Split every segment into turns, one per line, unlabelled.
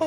哦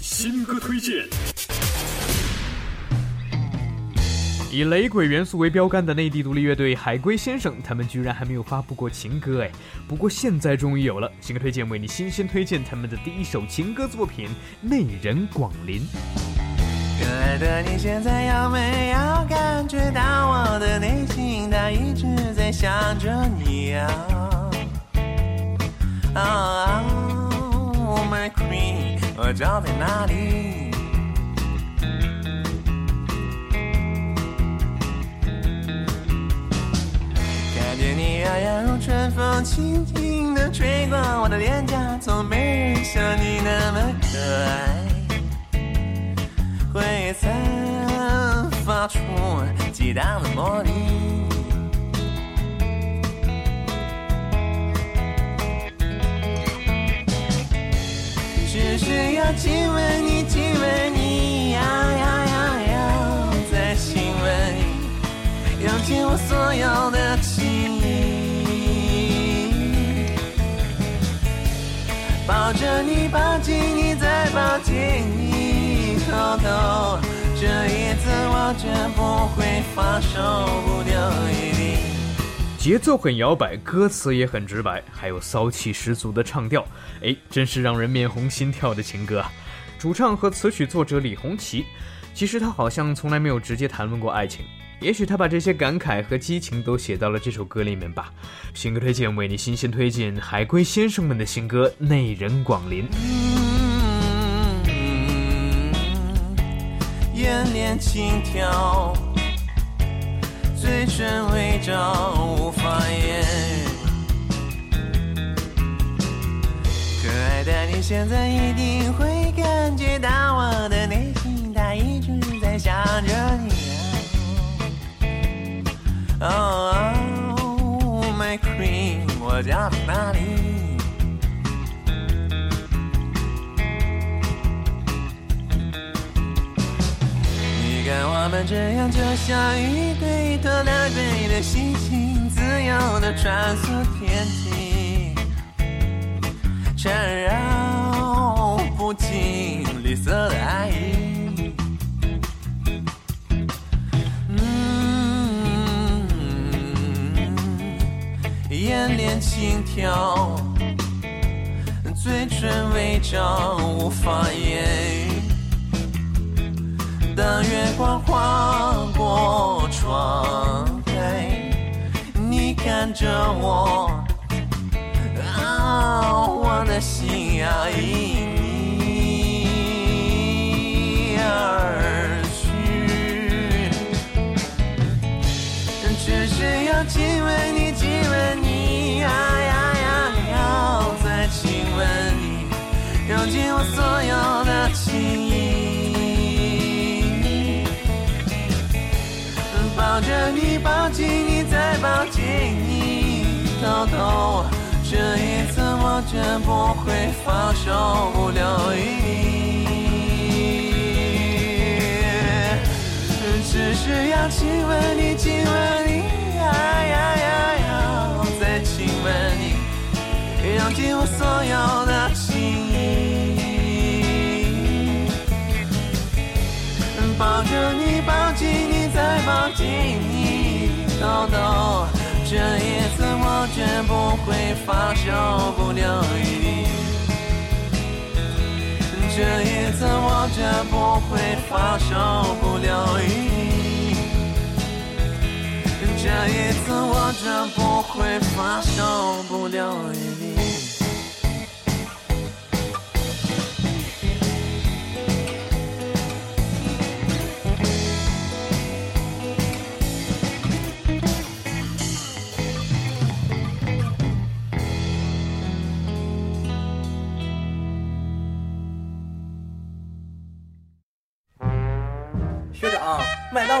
新歌推荐。
以雷鬼元素为标杆的内地独立乐队海龟先生，他们居然还没有发布过情歌哎！不过现在终于有了，新歌推荐为你新鲜推荐他们的第一首情歌作品《内人广林》。
可爱的你现在有没有感觉到我的内心它一直在想着你啊？Oh my queen，我找在哪里？感觉你摇摇如春风，轻轻地吹过我的脸颊，从没人像你那么可爱。会散发出激荡的魔力。只是要亲吻你，亲吻你，呀呀呀呀，再亲吻你，用尽我所有的情意。抱着你，抱紧你，再抱紧你，偷偷。这一次我绝不会放手不掉一滴。
节奏很摇摆，歌词也很直白，还有骚气十足的唱调，哎，真是让人面红心跳的情歌啊！主唱和词曲作者李红旗，其实他好像从来没有直接谈论过爱情，也许他把这些感慨和激情都写到了这首歌里面吧。新歌推荐为你新鲜推荐海龟先生们的新歌《内人广林》。
眼帘轻挑，嘴唇微张，无法言语。可爱的你现在一定会感觉到我的内心，它一直在想着你啊。Oh, my queen，我家在哪里？你看我们这样，就像一对一头两对的星星，自由的穿梭天际，缠绕不尽绿色的爱意。嗯，眼帘轻挑，嘴唇微张，无法言看着我，啊，我的心啊，因你而去。只是要亲吻你，亲吻你，呀呀呀呀，再亲吻你，用尽我所有的情意，抱着你，抱紧你，再抱紧你，偷偷，这一次我绝不会放手不留你。只是要亲吻你，亲吻你，呀呀呀呀，再亲吻你，用尽我所有的情意，抱着你，抱紧你，再抱紧你，豆豆，这一次我绝不会放手不留你。这一次我绝不会放手不留你，这一次我绝不会放手不留你。
学长，麦当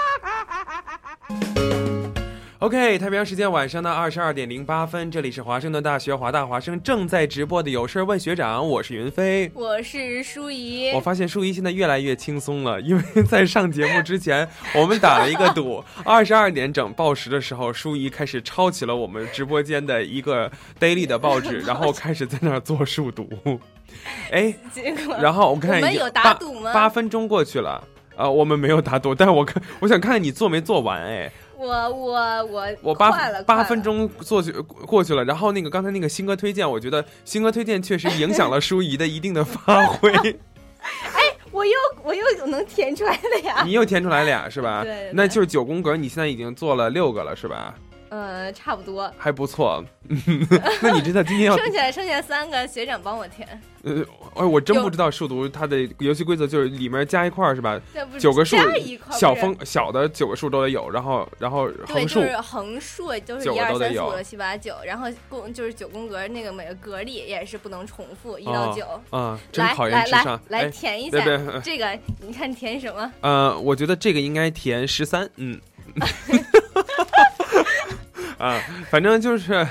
OK，太平洋时间晚上的二十二点零八分，这里是华盛顿大学华大华生正在直播的《有事儿问学长》，我是云飞。
我是舒怡
我，发现舒怡现在越来越轻松了，因为在上节目之前，我们打了一个赌，二十二点整报时的时候，舒怡开始抄起了我们直播间的一个 daily 的报纸，然后开始在那儿做数独。 哎，
结果
然后我看
我们
已经
有打
八
赌吗
八分钟过去了。啊、我们没有打赌，但我看，我想看看你做没做完。哎，
我我我
我八
快了
八分，钟做去过去了，然后那个刚才那个新歌推荐，我觉得新歌推荐确实影响了舒怡的一定的发 挥。
快了我又我又能填出来了呀。
你又填出来俩是吧？
对对对
那就是九宫格，你现在已经做了六个了是吧？
呃，差不多，
还不 错。那你知道今天要
剩下剩下三个学长帮我填，
呃，哎，我真
有
不知道数独它的游戏规则就是里面加一块儿是吧？
这不是
九个数
加一块，
小
不是
峰小的九个数都得有，然后然后
对，
横
就
竖
是横竖都是
九
一
个
二
都得
三四
有
五六七八九，然后共就是九宫格那个每个格里也是不能重复，一到九。
啊，真
来
考验
来
智
来
商。
来
哎，
填一下
对对，
这个，你看填什么？
呃，我觉得这个应该填十三，嗯。 啊，反正就是，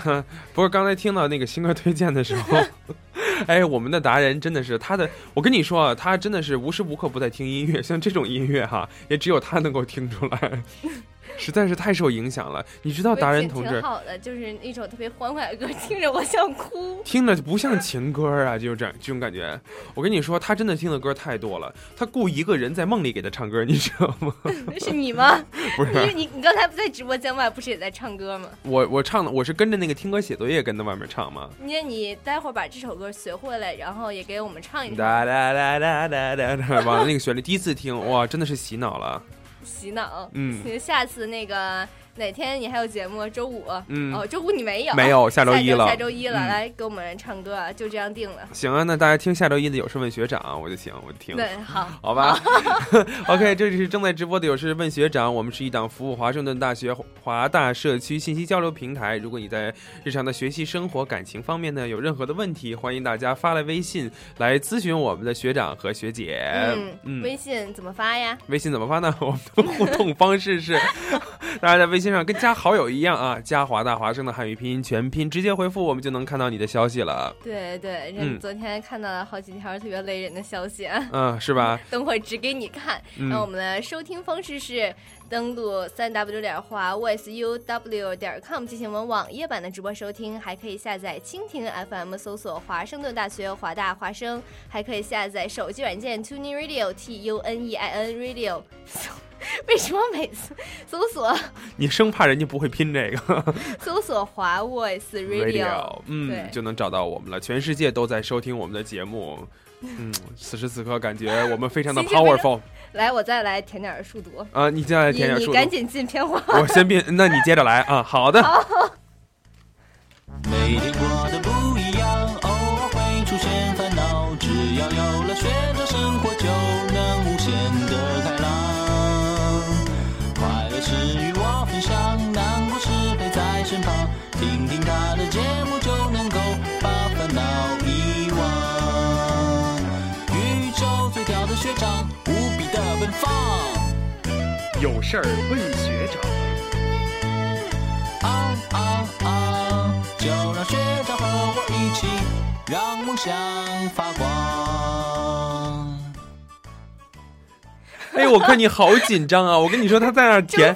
不是刚才听到那个新歌推荐的时候， 哎，我们的达人真的是他的，我跟你说啊，他真的是无时无刻不在听音乐，像这种音乐哈，也只有他能够听出来， 实在是太受影响了。你知道
我
达人
挺
同
挺
志
好的，就是一首特别欢快的歌，听着我想 哭。
听着不像情歌啊，就是这样这种感觉。我跟你说，他真的听的歌太多了，他雇一个人在梦里给他唱歌，你知道吗？
是你吗？
不是
因，为你你刚才不在直播间外，不是也在唱歌吗？
我我唱的，我是跟着那个听歌写作业跟着外面唱嘛。
那你待会儿把这首歌学会了，然后也给我们唱一唱，
哒哒哒哒哒哒哒，完了那个旋律，第一次听，哇，真的是洗脑了。
洗脑。
嗯
行，下次那个哪天你还有节目？周五？
嗯
哦，周五你没有？
没。有，下周一了
下。周一了，
嗯
来给我们唱歌啊，就这样定了。
行啊，那大家听下周一的有事问学长，我就行，我就听。
对，好，
好吧 ，OK，这里是正在直播的有事问学长，我们是一档服务华盛顿大学华大社区信息交流平台。如果你在日常的学习、生活、感情方面呢有任何的问题，欢迎大家发来微信来咨询我们的学长和学姐。
嗯
嗯
微信怎么发呀？
微信怎么发呢？我们的互动方式是大家在微信上跟加好友一样啊，加华大华生的汉语拼音全拼，直接回复我们就能看到你的消息了。
对对，
嗯
昨天看到了好几条特别雷人的消息啊。
嗯，是吧？
等会儿指给你看。
嗯
那我们的收听方式是登录三 w 点华 voiceuw 点 com 进行我们网页版的直播收听，还可以下载蜻蜓 FM 搜索华盛顿大学华大华声，还可以下载手机软件 Tuning Radio T U N E I N Radio。为什么每次搜索
你生怕人家不会拼这个
搜索华 Voice Radio？对
嗯，就能找到我们了。全世界都在收听我们的节 目，嗯，此时此刻感觉我们非常的
其实非常
powerful
来，我再来填点儿数独。
啊！你接下来
你
填点
你
数，
赶紧进片花。
我先变， 那你接着来啊。好的，
好。
每天过得不一样，偶尔会出现烦恼，只要有了学着生活，就能无限的开朗。快乐是与我分享，难过是陪在身旁，听听他的节目就能够把烦恼遗忘。宇宙最屌的学长，无比的奔放，
有事儿问学长，
啊啊啊！就让学长和我一起，让梦想发光。
哎，我看你好紧张啊！我跟你说，他在那儿 填，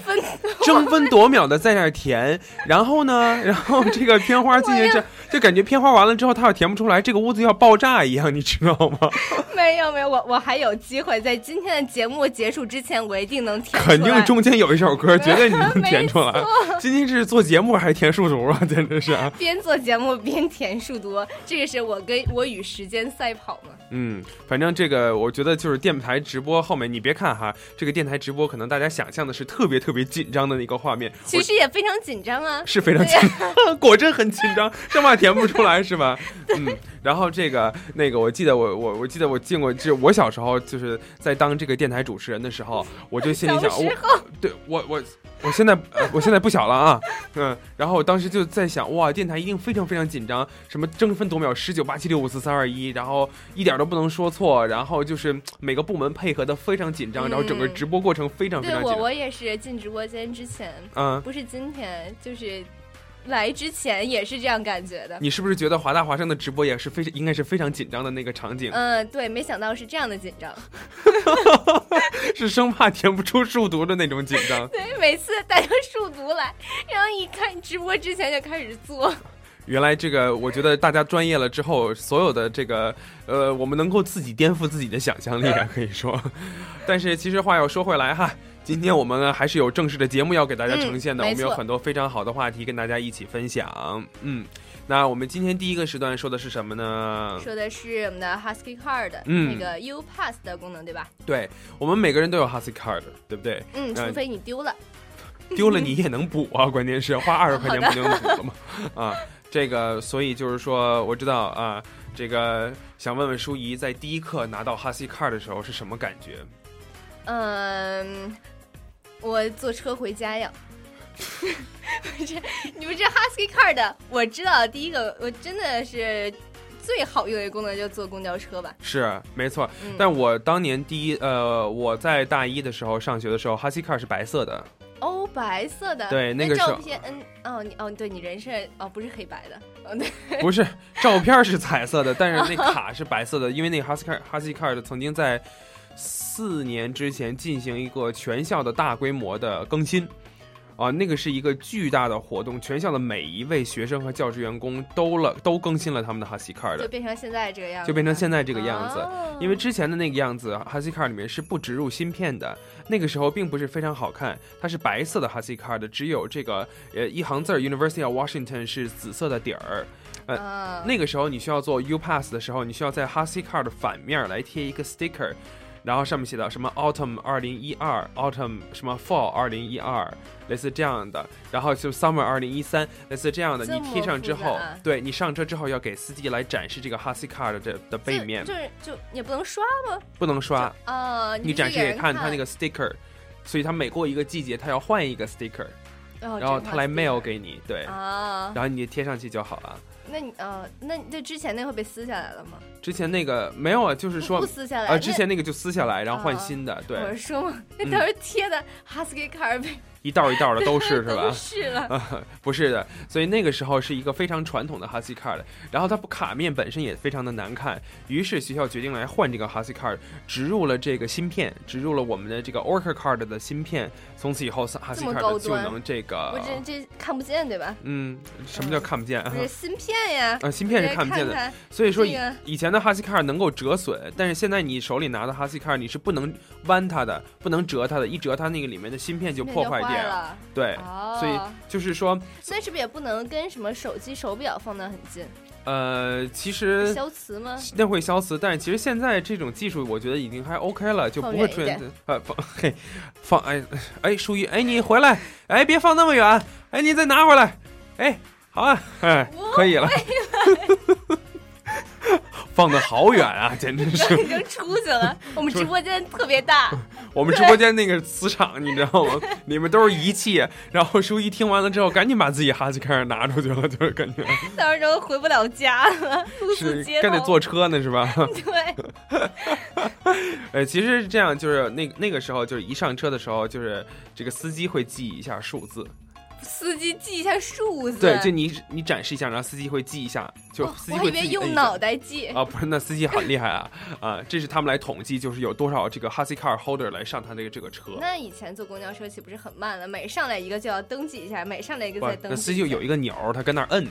争分夺秒的在那儿填，然后呢， 然后这个片花进行这，就感觉片花完了之后，他要填不出来，这个屋子要爆炸一样，你 知道 吗？
没有没有，我我还有机会，在今天的节目结束之前，我一定能填出来。
肯定中间有一首歌，绝对你能填出来
没错。
今天是做节目还是填数独啊？ 简直是啊！
边做节目边填数独，这个是我跟我与时间赛跑嘛。
嗯，反正这个我觉得就是电台直播后面，你别看哈，这个电台直播可能大家想象的是特别特别紧张的那个画面，
其实也非常紧张啊，
是非常紧
对呀
张， 果真很紧张，生怕填不出来是吧？ 嗯，然后这个那个，我记得我我我记得我进过，就我小时候就是在当这个电台主持人的时候，我就心里想，
小
我
时候
对我我我现在呃我现在不小了啊，嗯，然后我当时就在想，哇，电台一定非常非常紧张，什么争分夺秒，十九八七六五四三二一，然后一点都不能说错，然后就是每个部门配合的非常紧张，然后整个
嗯
直播过程非常非
对
常紧
我
张，
我也是进直播间之前，
嗯
不是今天，就是来之前也是这样感觉的。
你是不是觉得华大华生的直播也是非常应该是非常紧张的那个场景？
嗯，对，没想到是这样的紧张。
是生怕填不出数独的那种紧张。
对，每次带着数独来，然后一看直播之前就开始做。
原来这个，我觉得大家专业了之后，所有的这个，呃，我们能够自己颠覆自己的想象力 啊，可以说。但是其实话又说回来哈，今天我们呢还是有正式的节目要给大家呈现
嗯
的，我
没
们
错
有很多非常好的话题跟大家一起分享。嗯，那我们今天第一个时段说的是什么呢？
说的是我们的 Husky Card、
嗯
那个 U Pass 的功能，对吧？
对我们每个人都有 Husky Card，对不对？
嗯，
呃
除非你丢了。
丢了你也能补啊， 关键是花二十块钱
好
不
的
就能补了吗？啊，这个所以就是说，我知道啊，这个想问问舒怡，在第一课拿到哈希卡的时候是什么感觉？
嗯，我坐车回家呀。 不是，你们这 Husky Card，我知道第一个，我真的是最好用的功能就坐公交车吧。
是没错
嗯，
但我当年第一，呃，我在大一的时候上学的时候，哈希卡是白色的，
哦，白色的，
对那
那
个
照
是
片，嗯，哦，你哦，对你人是哦，不是黑白的，哦，对，
不是照片是彩色的，但是那卡是白色的，因为那个哈希卡哈希卡曾经在四年之前进行一个全校的大规模的更新。啊，那个是一个巨大的活动，全校的每一位学生和教职员工都了都更新了他们的哈希卡
就
的，
变成现在这个样子，
就变成现在这个样子。
哦
因为之前的那个样子，哈希卡里面是不植入芯片的，那个时候并不是非常好看，它是白色的哈希卡的，只有这个呃一行字儿 University of Washington 是紫色的底儿。呃，
啊
那个时候你需要做 U Pass 的时候，你需要在哈希卡的反面来贴一个 sticker，然后上面写到什么 Autumn 二零一二，Autumn 什么 Fall 二零一二，类似这样的，然后就 Summer 二零一三，类似这样的。
这
你贴
么
上之
复
后
杂，啊
对你上车之后要给司机来展示这个哈希卡的这的背面
就，是就也不能刷吗？
不能刷。
啊，
你
必须
展示
给
给
人
看
看
他那个 sticker，所以他每过一个季节，他要换一个 sticker，、然
哦
后
这
他
块
来
地
mail 给你，对，
啊
然后你贴上去就好了。
那你呃，那你这之前那会被撕下来了吗？
之前那个没有啊，就是说
不撕下
呃，
来那啊
之前那个就撕下来，然后换新的，
我
对，
说嘛，那
嗯
到时候贴的 Husky Car 被
一道一道的都 是是吧？
是了
啊，不是的，所以那个时候是一个非常传统的哈西 card，然后它卡面本身也非常的难看，于是学校决定来换这个哈西 card，植入了这个芯片，植入了我们的这个 Orca card 的芯片，从此以后哈西
这么高
card 就
端
能这
我
个，
这这看不见对吧？
嗯，什么叫看不见？
不是芯片呀，
啊，芯片
我
是
这
看不见的，
看
所以说
这
以
个
以前的哈西卡尔能够折损，但是现在你手里拿的哈西卡尔你是不能弯它的，不能折它的，一折它那个里面的芯片就
那
破
就
坏
坏
掉
了
对，
哦
所以就是说，
那是不是也不能跟什么手机、手表放得很近？
呃，其实
消磁吗？
那会消磁，但是其实现在这种技术，我觉得已经还 OK 了，就不会出现
放远一点
呃放嘿放哎哎淑玉哎你回来哎别放那么远哎你再拿回来哎好啊哎可以了， 放的好远啊，简直
刚 已
是
经出 去了，我们直播间特别大，
我们直播间那个磁场，你知道吗？里面都是仪器，然后淑玉听完了之后，赶紧把自己哈斯开始拿出去了，就是感觉
到时候回不了家了，露宿
是
街头。
该得坐车呢是吧？
对，
呃，其实是这样，就是那那个时候，就是一上车的时候，就是这个司机会记一下数字，
司机记一下数字。
对，就你你展示一下，然后司机会记一下，就司机
哦我还
会
以
自己
为
摁
用
一下
脑袋记。
啊，不是，那司机好厉害啊啊！这是他们来统计，就是有多少这个哈斯 car holder 来上他这个这个车，
那以前坐公交车岂不是很慢了？每上来一个就要登记一下，每上来一个
不
再
是，
登
那
记。
司机就有一个钮儿，他跟那儿摁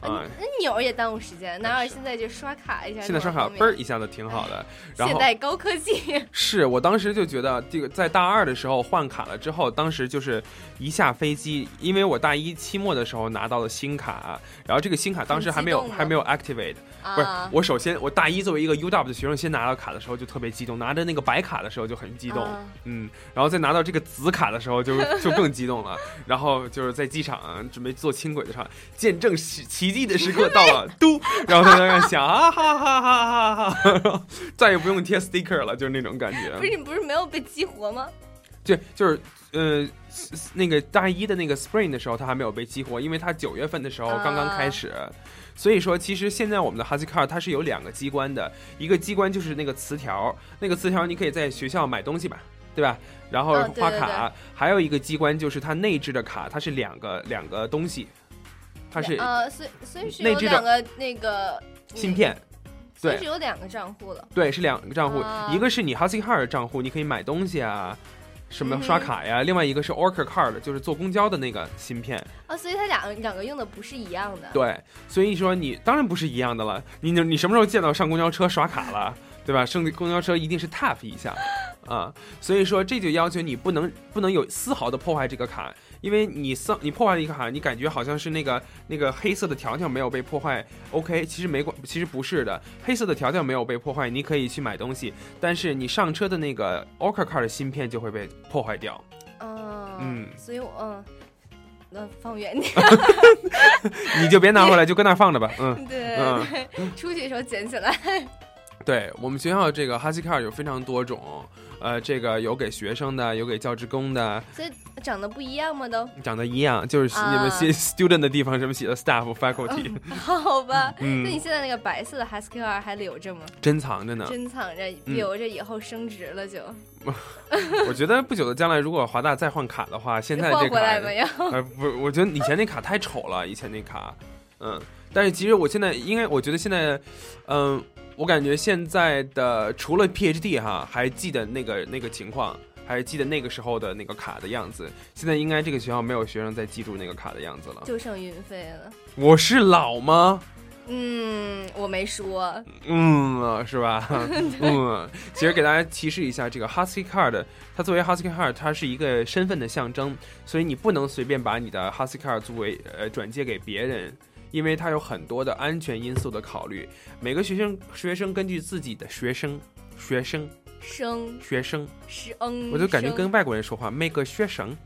啊。
那钮儿也耽误时间，哪有现在就刷卡一下？
现在刷卡嘣儿一下子挺好的，然
现
后
代高科 技，
是我当时就觉得，这个在大二的时候换卡了之后，当时就是一下飞机，因为我大一期末的时候拿到了新卡，然后这个新卡当时还没有
很激动吗
还没有 activate，
啊
不是我首先我大一作为一个 U W 的学生，先拿到卡的时候就特别激动，拿着那个白卡的时候就很激动
啊，
嗯，然后再拿到这个紫卡的时候就就更激动了，然后就是在机场准备坐轻轨的时候，见证奇奇迹的时刻到了，嘟，然后他在那想啊哈哈哈哈哈哈，再也不用贴 sticker 了，就是那种感觉，
不是你不是没有被激活吗？
对，就是呃，s- 那个大一的那个 spring 的时候，它还没有被激活，因为它九月份的时候刚刚
啊
开始。所以说，其实现在我们的 h a s i c a r 它是有两个机关的，一个机关就是那个磁条，那个磁条你可以在学校买东西吧，对吧？然后
哦对
花
对
卡，
对
还有一个机关就是它内置的卡，它是两个两个东西，它是
呃，所以所以是
内
有
置的
两个那个
芯，片，
嗯所以
对
是有两个账户了。
对，是两个账户，
啊
一个是你 h a s i c a r 账户，你可以买东西啊，什
嗯
么
哼
刷卡呀；另外一个是 Orca Card，就是坐公交的那个芯片。
啊，所以它两个两个用的不是一样的。
对，所以说你当然不是一样的了。你你什么时候见到上公交车刷卡了，对吧？上公交车一定是 tap 一下啊，所以说这就要求你不能不能有丝毫的破坏这个卡，因为你丧你破坏了一个卡，你感觉好像是那个那个黑色的条条没有被破坏，OK，其实没关，其实不是的，黑色的条条没有被破坏，你可以去买东西，但是你上车的那个 Orca Card 的芯片就会被破坏掉。
嗯
嗯
所以我嗯，那放远点。
你就别拿回来，就搁那儿放着吧。嗯，
对
嗯。
对，出去的时候捡起来。
对我们学校这个哈希卡尔有非常多种，呃，这个有给学生的，有给教职工的，
所以长得不一样吗？都？
长得一样，就是你们
啊
写 student 的地方什么写的 staff faculty，、
好吧，
嗯
那你现在那个白色的 Husky 二还留着吗？
珍藏着呢。
珍藏着，留着以后升值了就。
我觉得不久的将来，如果华大再换卡的话，现在
换
这
回
卡，
来没有
呃，不，我觉得以前那卡太丑了，以前那卡，嗯，但是其实我现在应该，我觉得现在，嗯、我感觉现在的除了 PhD 哈，还记得那个那个情况，还记得那个时候的那个卡的样子。现在应该这个学校没有学生再记住那个卡的样子了。
就剩运费了。
我是老吗？
嗯，我没说。
嗯，是吧？嗯，其实给大家提示一下，这个 Husky Card，它作为 Husky Card，它是一个身份的象征，所以你不能随便把你的 Husky Card 作为呃转借给别人，因为它有很多的安全因素的考虑。每个学生学生根据自己的学生学生
生
学生，
是嗯，
我就感觉跟
生
外国人说话，每个学 生。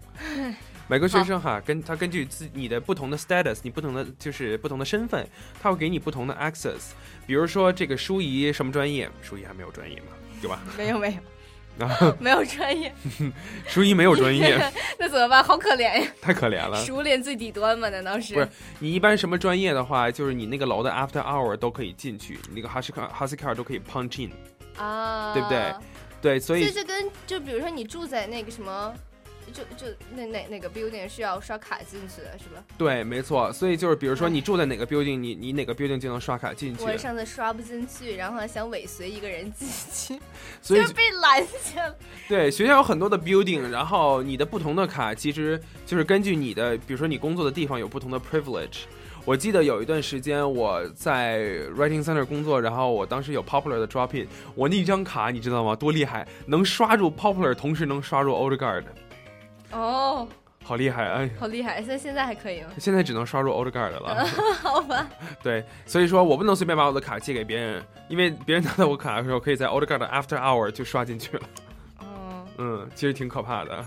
每个学生哈，跟他根据自你的不同的 status，你不同的就是不同的身份，他会给你不同的 access。比如说这个淑仪什么专业？淑仪还没有专业嘛，对吧？
没有没有
啊，
没有专业，
淑仪没有专业，
那怎么办？好可怜呀，
太可怜了。
熟练最底端嘛？难道是？
啊不是你一般什么专业的话，就是你那个楼的 after hour 都可以进去，你那个哈斯卡哈斯卡都可以 punch in，
啊，
对不对？？对，所
所
以
以这跟就比如说你住在那个什么就就那那那个 building 是要刷卡进去的，是吧？
对，没错。所以就是，比如说你住在哪个 building，你你哪个 building 就能刷卡进去。
哎我上次刷不进去，然后想尾随一个人进去，
所以
就被拦下了。
对，学校有很多的 building，然后你的不同的卡其实就是根据你的，比如说你工作的地方有不同的 privilege。我记得有一段时间我在 Writing Center 工作，然后我当时有 Popular 的 drop in，我那张卡你知道吗？多厉害，能刷入 Popular，同时能刷入 Old Guard，
哦，
好厉害！哎，
好厉害！现现在还可以吗？
现在只能刷入 Old Guard 了。
好吧，
对，所以说我不能随便把我的卡借给别人，因为别人拿到我卡的时候，可以在 Old Guard After Hour 就刷进去了。
哦，
嗯，其实挺可怕的。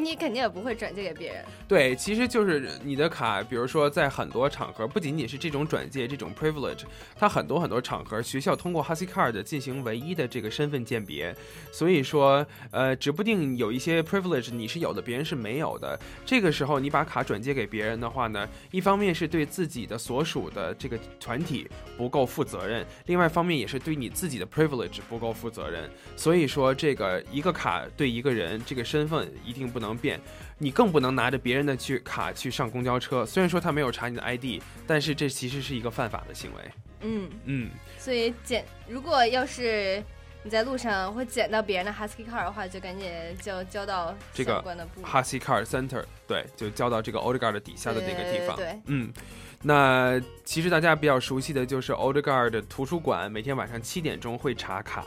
你肯定也不会转借给别人。
对，其实就是你的卡，比如说在很多场合，不仅仅是这种转借这种 privilege，它很多很多场合，学校通过 HashiCard 进行唯一的这个身份鉴别，所以说，呃，指不定有一些 privilege 你是有的，别人是没有的。这个时候你把卡转借给别人的话呢，一方面是对自己的所属的这个团体不够负责任，另外一方面也是对你自己的 privilege 不够负责任。所以说，这个一个卡对一个人，这个身份一定不能变。你更不能拿着别人的去卡去上公交车，虽然说他没有查你的 ID，但是这其实是一个犯法的行为。
嗯，
嗯，
所以捡，如果要是你在路上会捡到别人的 Husky Car 的话，就赶紧交交到
这个
相关的部门。
Hasi Car Center，对，就交到这个 Old Guard 底下的那个地方。
对对对对
嗯，那其实大家比较熟悉的就是 Old Guard 图书馆，每天晚上七点钟会查卡。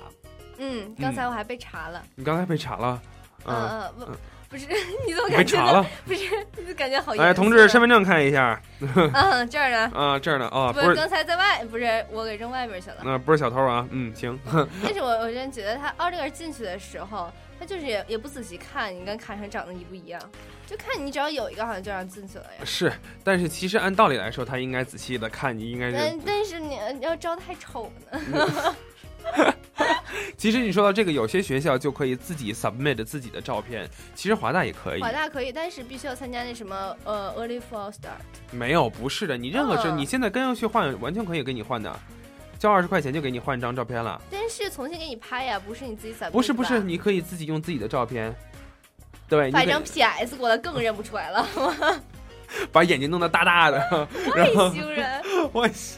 嗯，刚才我还被查了。
你刚才被查了？
嗯
嗯
嗯，不
嗯
不是，你怎么
被
感觉
查
到
了？
不是，你怎么感觉好严肃啊？
哎，同志，身份证看一下。
嗯，这儿呢。
啊，这儿呢啊，
不
不是
刚，才在外，不是我给扔外边去了。
那不是小偷啊。嗯，行。
但是我我真觉得他奥利尔进去的时候，他就是也也不仔细看，你跟卡上长得一不一样，就看你只要有一个好像就让进去了呀。
是，但是其实按道理来说，他应该仔细的看你，应该是
但但是你你要招太丑呢，
其实你说到这个，有些学校就可以自己 submit 自己的照片，其实华大也可以。
华大可以，但是必须要参加那什么呃 early fall start。
没有，不是的，你任何事，
嗯
你现在跟上去换，完全可以给你换的，交二十块钱就给你换一张照片了。
但是重新给你拍呀，不是你自己咋？
不是不是，，你可以自己用自己的照片，对，你
发
可
一张
以
PS 过来更认不出 来了，
把眼睛弄得大大 的，
外
然后
星人。
我去，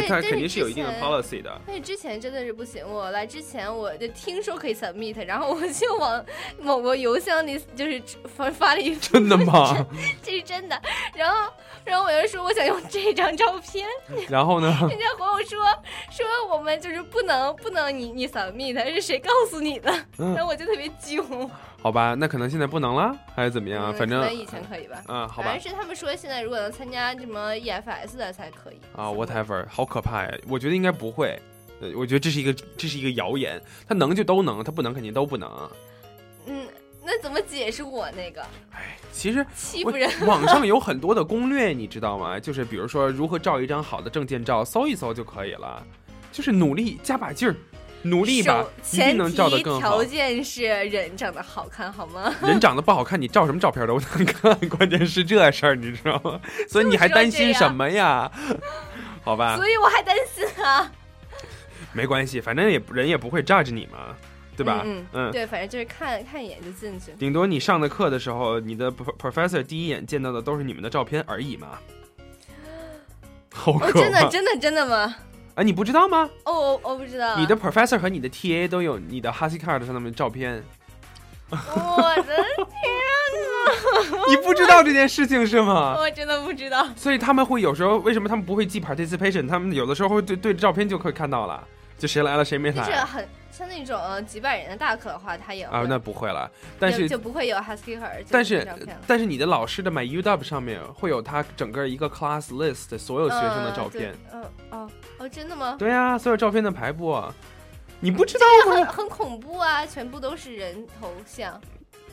对他
这是
肯定是有
之
一定的
前
policy 的。
但是之前真的是不行，我来之前我就听说可以 submit，然后我就往某个邮箱里就是发发了一封
真的吗？
这是真的。然后，然后我就说我想用这张照片，
然后呢？
人家回我说 说我们就是不能不能你你扫密的，是谁告诉你的？
嗯
然后我就特别囧。
好吧，那可能现在不能了，还是怎么样啊？
嗯
反正
可能以前可以吧。
嗯，好
反
吧
正。是他们说现在如果能参加什么 EFS 的才可以。
啊，whatever，好可怕呀！我觉得应该不会，呃我觉得这是一个这是一个谣言。他能就都能，他不能肯定都不能。
嗯，那怎么解释我那个
其实
欺
我
负人？
网上有很多的攻略，你知道吗？就是比如说如何照一张好的证件照，搜一搜就可以了。就是努力加把劲儿，努力吧
首，
一定
前
能照得
提
更好
条。件是人长得好看，好吗？
人长得不好看，你照什么照片都能看，关键是这事儿，你知道 吗？所以你还担心什么呀？好吧
所，以我还担心啊，
没关系，反正也不人也不会 judge 你嘛，对吧？
嗯
嗯，
对，反正就是看看一眼就进去。
顶多你上的课的时候，你的 pro- professor 第一眼见到的都是你们的照片而已嘛。好可怕！
哦，真的真的真的吗？
啊，你不知道吗？
哦，我我不知道啊。
你的 professor 和你的 TA 都有你的 HashiCard 上的照片，
我的天哪！
你不知道这件事情是 吗？
我真的不 知道。
所以他们会有时候为什么他们不会记 participation？他们有的时候会对对照片就可以看到了，就谁来了谁没
就是啊
来
很像那种呃几百人的大课的话，他也
哎啊
会，
那不会了。但
就是就不会有 husky her
但是
照片了。
但是你的老师的 My UDub 上面会有他整个一个 class list 的所有学生的照片。
嗯，对嗯哦哦，真 的吗？
对啊，所有照片的排布，啊你不知道
这个很
吗？
很恐怖啊，全部都是人头像。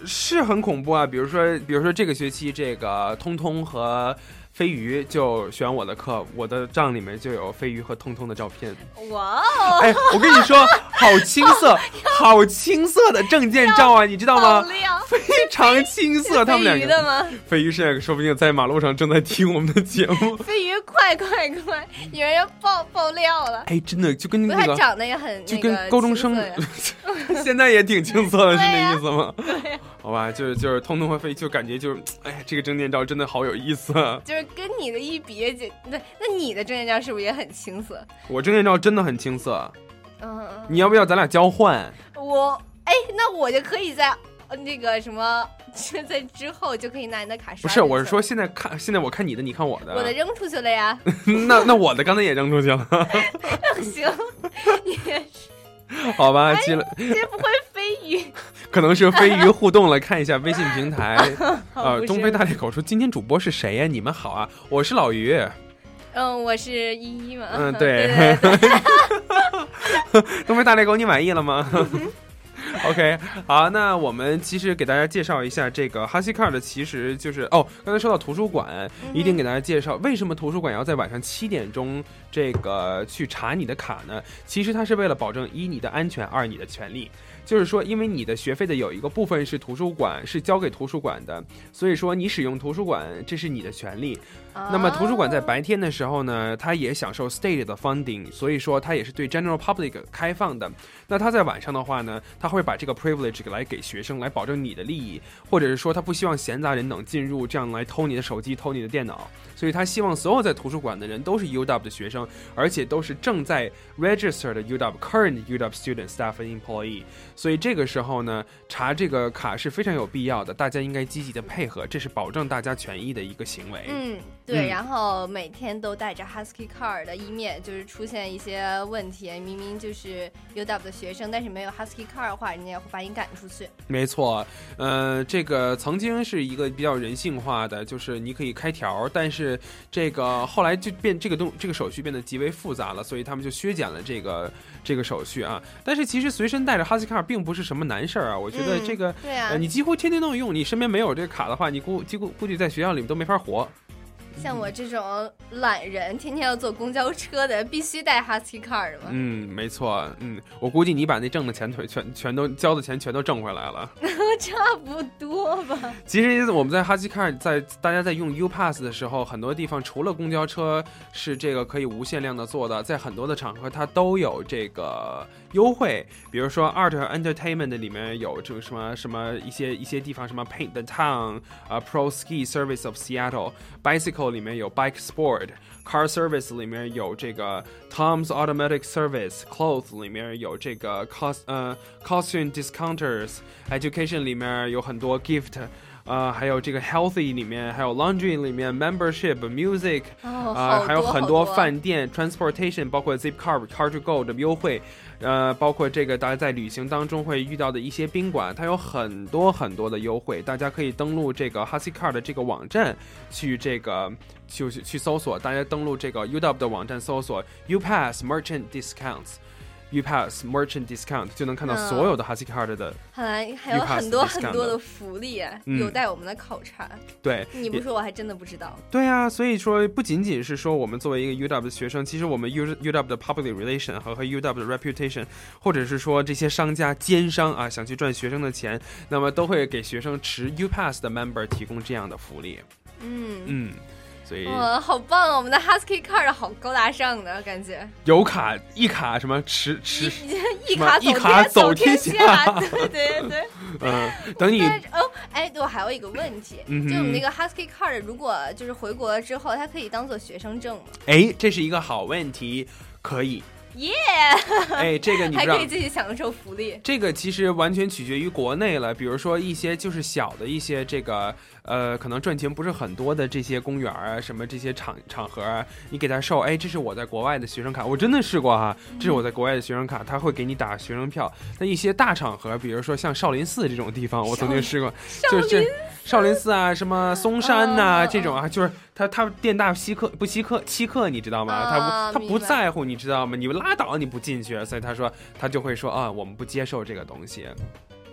是很恐怖啊！比如说，比如说这个学期，这个通通和飞鱼就选我的课，我的账里面就有飞鱼和通通的照片。
哇哦，
哎，我跟你说，好青涩，好青涩的证件照啊，你知道
好
吗？
亮，
非常青涩，他们两
哦飞鱼的
个。
吗？
飞鱼现在说不定在马路上正在听我们的节目。
飞鱼，快快快，有人要爆爆料了。
哎，真的就跟
不过
那
他
个，
长得也很
就
那个
跟高中
青
生
涩呀
现在也挺青涩的，是
对
那
呀
意思吗？
对呀，
好吧，就是就是通通会飞，就感觉就是，哎呀，这个证件照真的好有意思、啊。
就是跟你的一比，就那那你的证件照是不是也很青涩？
我证件照真的很青涩，啊
嗯，
你要不要咱俩交换？
我哎，那我就可以在呃那个什么， 就在之后就可以拿你的卡刷。
不是，我是说呃现在看，现在我看你的，你看我的。
我的扔出去了呀。
那那我的刚才也扔出去 了。
行，你也是。
好
哎
吧，进了。
这不会飞 鱼，
可能是飞鱼互动了，看一下微信平 台。
好
呃
哦不，是
东非大裂口说今天主播是谁呀、你们好啊，我是老于。
嗯，我是依依嘛。
嗯，
对
对。 东非大裂口，你满意了吗
嗯
？OK，好，那我们其实给大家介绍一下这个哈希卡尔的，其实就是哦，刚才说到图书
嗯
馆，一定给大家介绍为什么图书馆要在晚上七点钟这个去查你的卡呢？其实它是为了保证一你的安全，二你的权利。就是说，因为你的学费的有一个部分是图书馆是交给图书馆的，所以说你使用图书馆这是你的权利。
啊
那么图书馆在白天的时候呢，它也享受 state 的 funding，所以说它也是对 general public 开放的。那它在晚上的话呢，它会把这个 privilege 给来给学生，来保证你的利益，或者是说它不希望闲杂人等进入，这样来偷你的手机、偷你的电脑。所以他希望所有在图书馆的人都是 UW 的学生，而且都是正在 registered UW current UW student staff and employee。所以这个时候呢，查这个卡是非常有必要的，大家应该积极的配合，这是保证大家权益的一个行为。
嗯，
嗯
对，然后每天都带着 Husky Car 的一面，就是出现一些问题，明明就是 UW 的学生，但是没有 Husky Car 的话，人家也会把你赶出去。
没错，呃，这个曾经是一个比较人性化的，就是你可以开条，但是这个后来就变这个东这个手续变得极为复杂了，所以他们就削减了这个这个手续啊。但是其实随身带着哈斯卡尔并不是什么难事儿啊，我觉得
嗯
这个、
对啊
呃你几乎天天都有用，你身边没有这个卡的话，你估几乎估计在学校里面都没法活。
像我这种懒人，天天要坐公交车的，必须带 Husky Car 的嘛。
嗯，没错，嗯，我估计你把那挣的钱腿全全都交的钱全都挣回来了。
差不多吧。
其实我们在哈基卡尔在大家在用 U Pass 的时候，很多地方除了公交车是这个可以无限量的坐的，在很多的场合它都有这个优惠，比如说 Art Entertainment 里面有这个什么什么一些一些地方，什么 Paint the Town 啊、Pro Ski Service of Seattle，Bicycle 里面有 Bike Sport。Car Service 里面有这个 Tom's Automatic Service，Clothes 里面有这个 Cos 呃 Costume Discounters，Education 里面有很多 Gift，呃，还有这个 Healthy 里面，还有 Laundry 里面 Membership Music，
哦
啊、
好
还有
多
很
好
多
多
饭店 Transportation，包括 Zipcar、Car to Go 的优惠。呃，包括这个大家在旅行当中会遇到的一些宾馆，它有很多很多的优惠，大家可以登录这个 Huskycar 的这个网站去这个就是去搜索，大家登录这个 UW 的网站搜索 UPass Merchant Discounts。UPass Merchant Discount 就能看到
嗯
所有的 Huskycard 的，
还还有
You pass
很多
discount
很多的福利啊，
嗯
有待我们的考察。
对，
你不说我还真的不知道。
对啊，所以说不仅仅是说我们作为一个 UW 的学生，其实我们 U UW 的 public relation 和和 UW 的 reputation，或者是说这些商家奸商啊，想去赚学生的钱，那么都会给学生持 U Pass 的 member 提供这样的福利。
嗯
嗯，所以
哇，好棒啊！我们的 Husky Car 好高大上的感觉，
有卡一卡什么持 持，
一
什么
卡
一卡
走
走
天
天
下，
下
对对对。
嗯，等你
但是哦，哎，对，我还有一个问题，
嗯哼
就我们那个 Husky Card，如果就是回国了之后，它可以当做学生证吗？
哎，这是一个好问题，可以。
耶、
哎这个你
还
不让
可以继续享受福利。
这个其实完全取决于国内了，比如说一些就是小的一些这个呃，可能赚钱不是很多的这些公园啊，什么这些场场合啊，你给他售，哎，这是我在国外的学生卡，我真的试过哈、这是我在国外的学生卡，他会给你打学生票。那一些大场合，比如说像少林寺这种地方，我曾经试过，就是这少林寺啊，什么嵩山呐、这种啊，就是他他店大欺客不欺客欺客，你知道吗？
啊
他不他不
明白
在乎，你知道吗？你们拉倒，你不进去，所以他说他就会说啊，我们不接受这个东西。
哦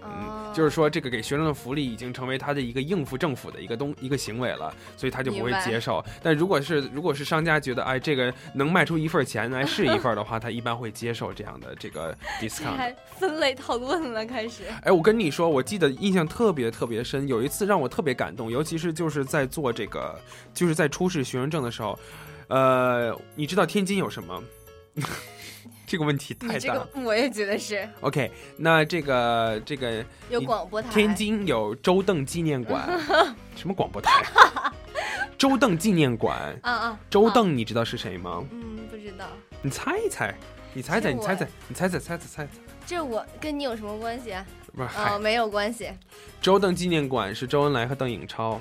嗯，就是说这个给学生的福利已经成为他的一个应付政府的一个东一个行为了，所以他就不会
明白
接受。但如果是如果是商家觉得哎这个能卖出一份钱来是一份的话， 他一般会接受这样的这个
这
discount。
还分类讨论了，开始。
哎，我跟你说，我记得印象特别特别深，有一次让我特别感动，尤其是就是在做这个，就是在出示学生证的时候，呃，你知道天津有什么？这个问题太
你这
大了
个。我也觉得是
OK，那这个这个
有广播台，
天津有周邓纪念 馆，什么广播台？周邓纪念馆。
啊啊，
周
啊，
邓，你知道是谁吗？
嗯，不知道，
你猜一猜，你猜猜，
是
你
我
猜猜，你猜猜，猜猜，猜猜。
这我跟你有什么关系啊？
不是，嗨
哦，没有关系。
周邓纪念馆是周恩来和邓颖超，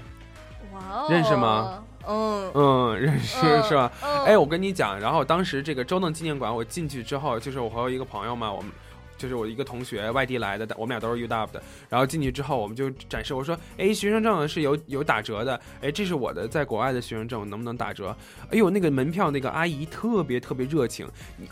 哇哦，
认识吗？
嗯
嗯，认识、
嗯
是吧？
嗯
哎，我跟你讲，然后当时这个周邓纪念馆，我进去之后，就是我和一个朋友嘛，我们。就是我一个同学，外地来的，我们俩都是 U W 的。然后进去之后，我们就展示，我说：“哎，学生证是有有打折的，哎，这是我的在国外的学生证，能不能打折？”哎呦，那个门票那个阿姨特别特别热情，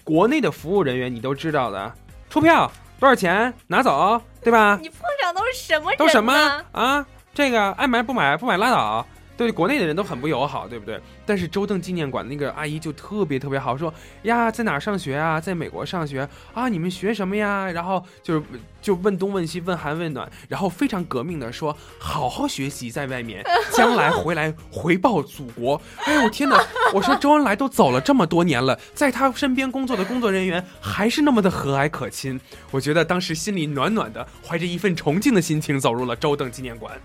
国内的服务人员你都知道的，出票多少钱拿走，对吧？
你碰上都是什么人？
都什么？啊？这个爱买不买，不买拉倒。对国内的人都很不友好，对不对？但是周邓纪念馆那个阿姨就特别特别好，说呀，在哪儿上学啊？在美国上学啊？你们学什么呀？然后就是就问东问西，问寒问暖，然后非常革命的说，好好学习，在外面，将来回来回报祖国。哎呦天哪！我 说周恩来都走了这么多年了，在他身边工作的工作人员还是那么的和蔼可亲，我觉得当时心里暖暖的，怀着一份崇敬的心情走入了周邓纪念馆。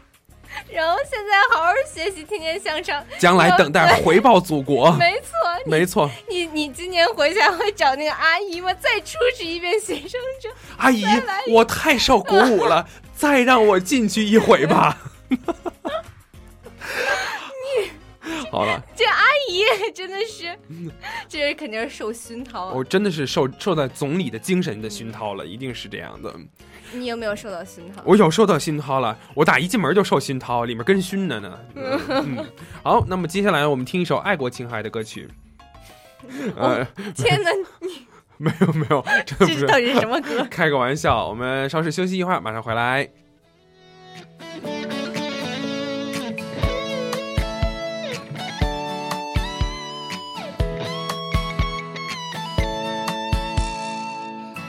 然后现在好好学习，天天向上，
将来等待回报祖国。
没错，你
没错，
你你今年回家会找那个阿姨吗？再出示一遍学生证。
阿姨
再来，一
我太受鼓舞了，再让我进去一回吧。 好了，
这阿姨真的是， 这人肯定是受熏陶啊。
嗯我真的是受受到总理的精神的熏陶了，一定是这样的。
你有没有受到熏陶？
我有受到熏陶了，我打一进门就受熏陶，里面跟熏着呢。嗯好，那么接下来我们听一首爱国情怀的歌曲。呃，
天哪，你
没有没有，真的不
这
是。
到底是什么歌
开个玩笑，我们稍事休息一会儿，啊马上回来。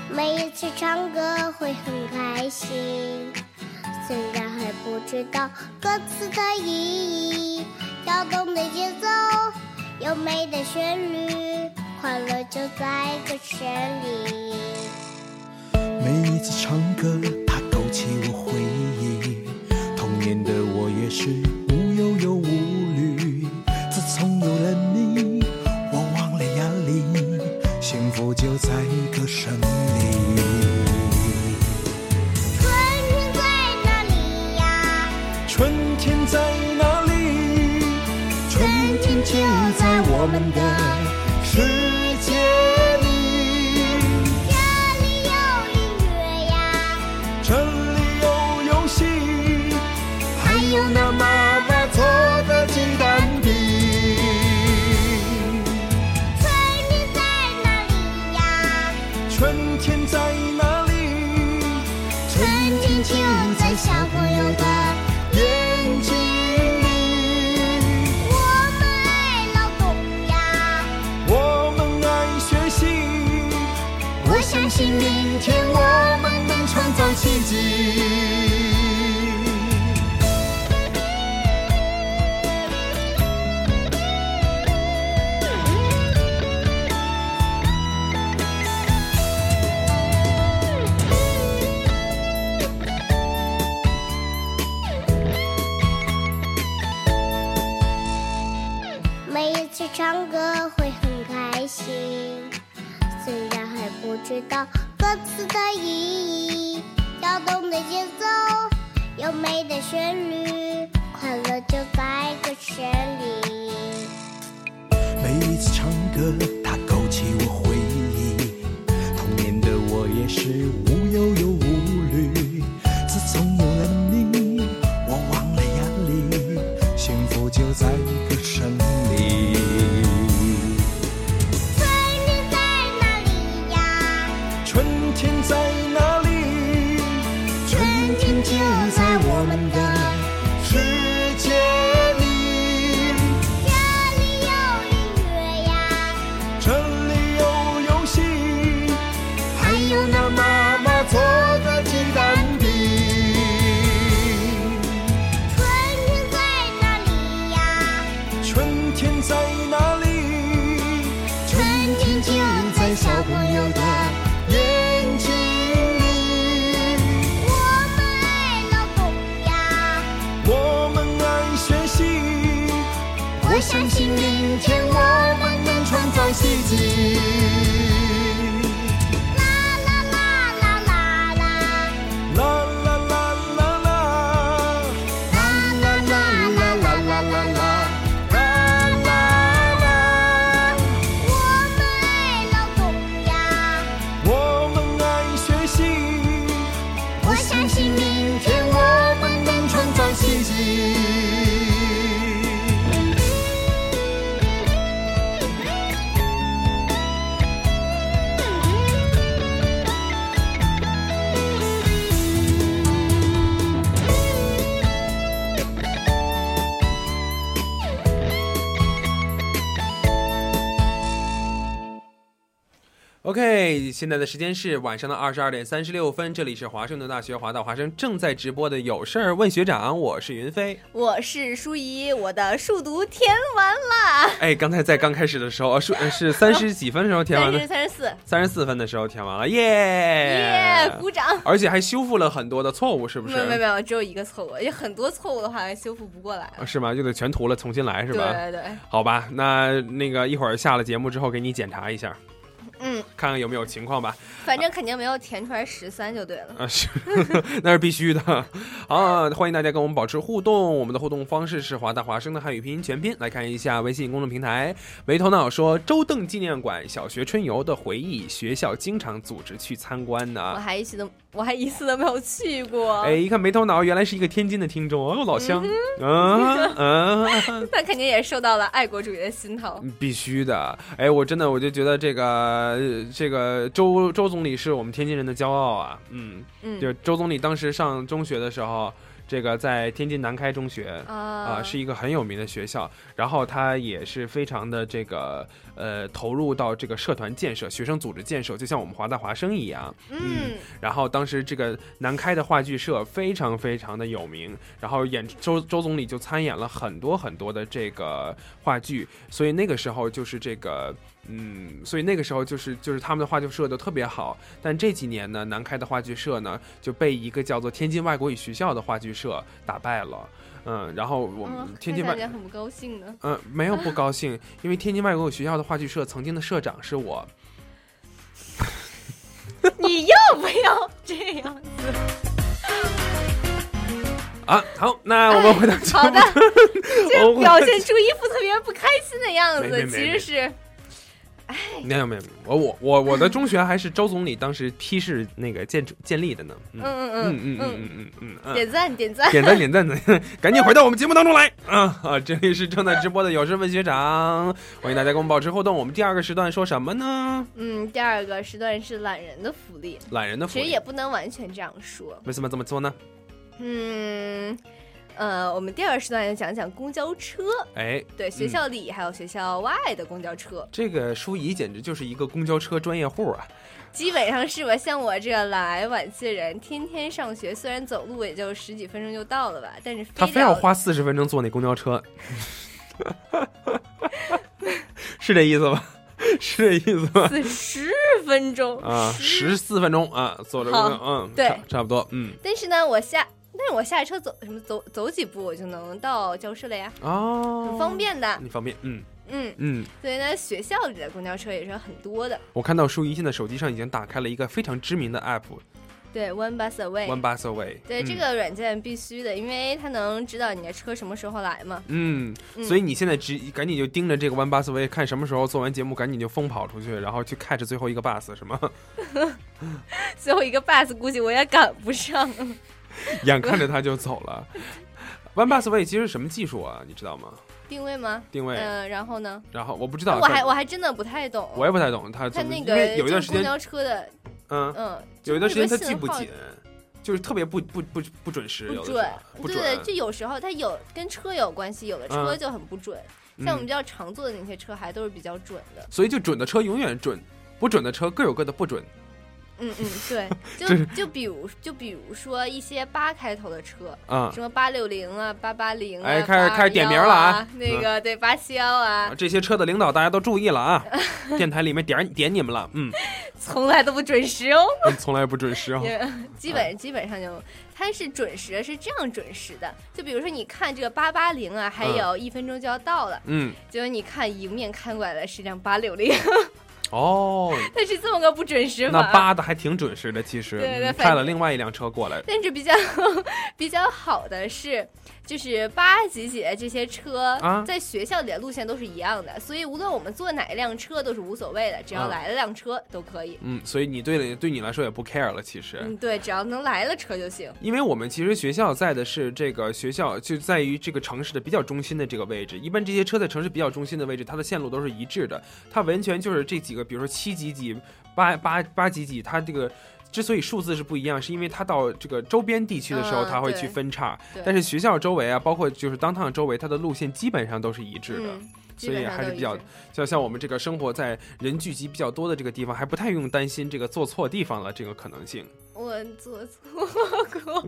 每一次唱歌会很开心，虽然还不知道歌词的意义。跳动的节奏，优美的旋律，快乐就在歌声里。
每一次唱歌，它勾起我回忆。童年的我也是无忧又无虑。自从有了你，我忘了压力，幸福就在歌声里。
春天在哪里呀？
春天在哪里？春天就在我们的世界里。
这里有音乐呀，
这里有游戏，还有那妈妈做的鸡蛋饼。
春天在哪里呀？
春天在哪里？春天就在小朋友的眼睛里。
我们爱劳动呀，
我们爱学习，我相信明天我们能创造奇迹。
每一次唱歌会很开心，虽然还不知道歌词的意义。跳动的节奏，优美的旋律，快乐就在歌声里。
每一次唱歌，它勾起我回忆，童年的我也是无忧又无虑。自从有了你，我忘了压力，幸福就在歌声里。
春天在哪里呀？
春天在哪里？春天就在我们的世界里。
这里有音乐呀，
这里有游戏，还有那妈妈做的鸡蛋饼。
春天在哪里呀？
春天在哪里？春天就在小朋友的
明天我们能创造奇迹。啦啦啦啦啦，啦啦啦啦啦啦啦啦，啦啦啦，
我们爱劳动呀，
我们爱学习，我相信明天我们能创造奇迹。
OK，现在的时间是晚上的二十二点三十六分，这里是华盛顿大学华大华生正在直播的有事儿问学长，我是云飞。
我是舒怡，我的数独填完了，
哎，刚才在刚开始的时候，啊是呃是三十几分的时候填完的
三十，三十四，
三十四分的时候填完了，耶
耶，鼓掌。
而且还修复了很多的错误，是不
没
是？
有没有没有，只有一个错误，有很多错误的话修复不过来。
啊是吗？就得全涂了，重新来是
对
吧？
对对，
好吧，那那个一会儿下了节目之后给你检查一下，
嗯，
看看有没有情况吧。
反正肯定没有填出来十三就对了。
啊，是， 那是必须的。好、啊，欢迎大家跟我们保持互动。我们的互动方式是华大华生的汉语拼音全拼。来看一下微信公众平台，没头脑说周邓纪念馆小学春游的回忆，学校经常组织去参观
我
呢。
还一次都我还一次都没有去过。
哎，一看没头脑，原来是一个天津的听众哦，老 乡，嗯嗯、
那肯定也受到了爱国主义的熏陶。
必须的。哎，我真的我就觉得这个呃这个周周总理是我们天津人的骄傲啊。嗯
嗯
就是周总理当时上中学的时候，这个在天津南开中学
啊
是一个很有名的学校，然后他也是非常的这个呃投入到这个社团建设、学生组织建设，就像我们华大华生一样。
嗯，
然后当时这个南开的话剧社非常非常的有名，然后演周周总理就参演了很多很多的这个话剧，所以那个时候就是这个。嗯，所以那个时候就是就是他们的话剧社都特别好，但这几年呢，南开的话剧社呢就被一个叫做天津外国语学校的话剧社打败了。嗯，然后我们
嗯
天津外
看起来很不高 兴呢。
嗯，没有不高兴，因为天津外国语学校的话剧社曾经的社长是我。
你要不要这 样子？
啊，好，那我们回到
哎好的，
我
就
我
表现出一副特别不开心的样
哦没没
子，
没
其
没
实是
没有没有，没有我我我我的中学还是周总理当时批示那个建建立的呢。嗯
嗯
嗯
嗯
嗯
嗯
嗯嗯嗯，
点赞点赞
点赞点赞点赞， 赶紧回到我们节目当中来啊啊！这里是正在直播的有事问学长，欢迎大家跟我们保持互动。我们第二个时段说什么呢？
嗯，第二个时段是懒人的福利，
懒人的啊福
其实
利
也。不能完全这样说。
为什么这么做呢？
嗯，呃，我们第二个时段要讲讲公交车，
哎，
对，学
嗯
校里还有学校外的公交车，
这个舒怡简直就是一个公交车专业户啊！
基本上是吧？像我这个懒癌晚期的人，天天上学，虽然走路也就十几分钟就到了吧，但是
他
非
非要
得
花四十分钟坐那公交车， 是这意思吧？ 是这意思吧？
四十分钟
啊，十四分钟啊，坐着公交，
好
嗯，
对
差差不多，嗯，
但是呢，我下，但是我下车走什么走走几步，我就能到教室了呀，
哦，
很方便的。
你方便，嗯
嗯，
嗯。
所以呢，学校里的公交车也是很多的。
我看到舒怡现在手机上已经打开了一个非常知名的 app
对，One Bus Away。
One Bus Away，
对、
嗯
这个软件必须的，因为它能知道你的车什么时候来嘛。
嗯，
嗯
所以你现在直赶紧就盯着这个 One Bus Away，看什么时候做完节目，赶紧就疯跑出去，然后去 catch 最后一个 bus，什么？
最后一个 bus 估计我也赶不上。
眼看着他就走了。One Bus Away 其实是什么技术啊？你知道吗？
定位吗？
定位
嗯、然后呢？
然后我不知道，
我还我还真的不太懂。
我也不太懂他
它
怎么，
那
因
个
为有一
就
段
是
时
公
间，
交车的，
嗯
嗯，
有一段时间他
就是
记
那
不
个
紧
信号，
就是特别不不不不准时，有的时
不准
候，不
对，
准
就。有时候它有跟车有关系，有的车
嗯
就很不准。像我们
嗯
比较常坐的那些车还都是比较准的，
所以就准的车永远准，不准的车各有各的不准。
嗯嗯， 对，
这
就是就比如就比如说一些八开头的车
啊
什么八六零啊、八八零啊，
哎开始
821
开始点名了
啊
啊，
那个对八七幺啊，
这些车的领导大家都注意了啊， 电台里面点点你们了，嗯，
从来都不准时哦，
从来不准时啊。
也基本基本上就它是准时的，是这样准时的，就比如说你看这个八八零啊，还有一分钟就要到了，
嗯，
结果你看迎面看过来的是辆八六零，
哦，
它是这么个不准时法。
那扒的还挺准时的，其实
对对
嗯
反
派了另外一辆车过来，
但是比较 比较好的是，就是八几几这些车
啊
在学校里的路线都是一样的，所以无论我们坐哪一辆车都是无所谓的，只要
啊
来了辆车都可以。
嗯，所以你对对你来说也不 care 了，其实，
嗯，对，只要能来了车就行。
因为我们其实学校在的是这个学校，就在于这个城市的比较中心的这个位置。一般这些车在城市比较中心的位置，它的线路都是一致的。它完全就是这几个，比如说七几几、八八八几几，它这个之所以数字是不一样，是因为它到这个周边地区的时候，
嗯
它会
对
去分叉
对。
但是学校周围啊，包括就是当趟周围，它的路线基本上都是一致的。
嗯，基
所以
本上
还
都
是
一
比较
致
像像我们这个生活在人聚集比较多的这个地方，还不太用担心这个坐错地方了这个可能性。
我做错 过，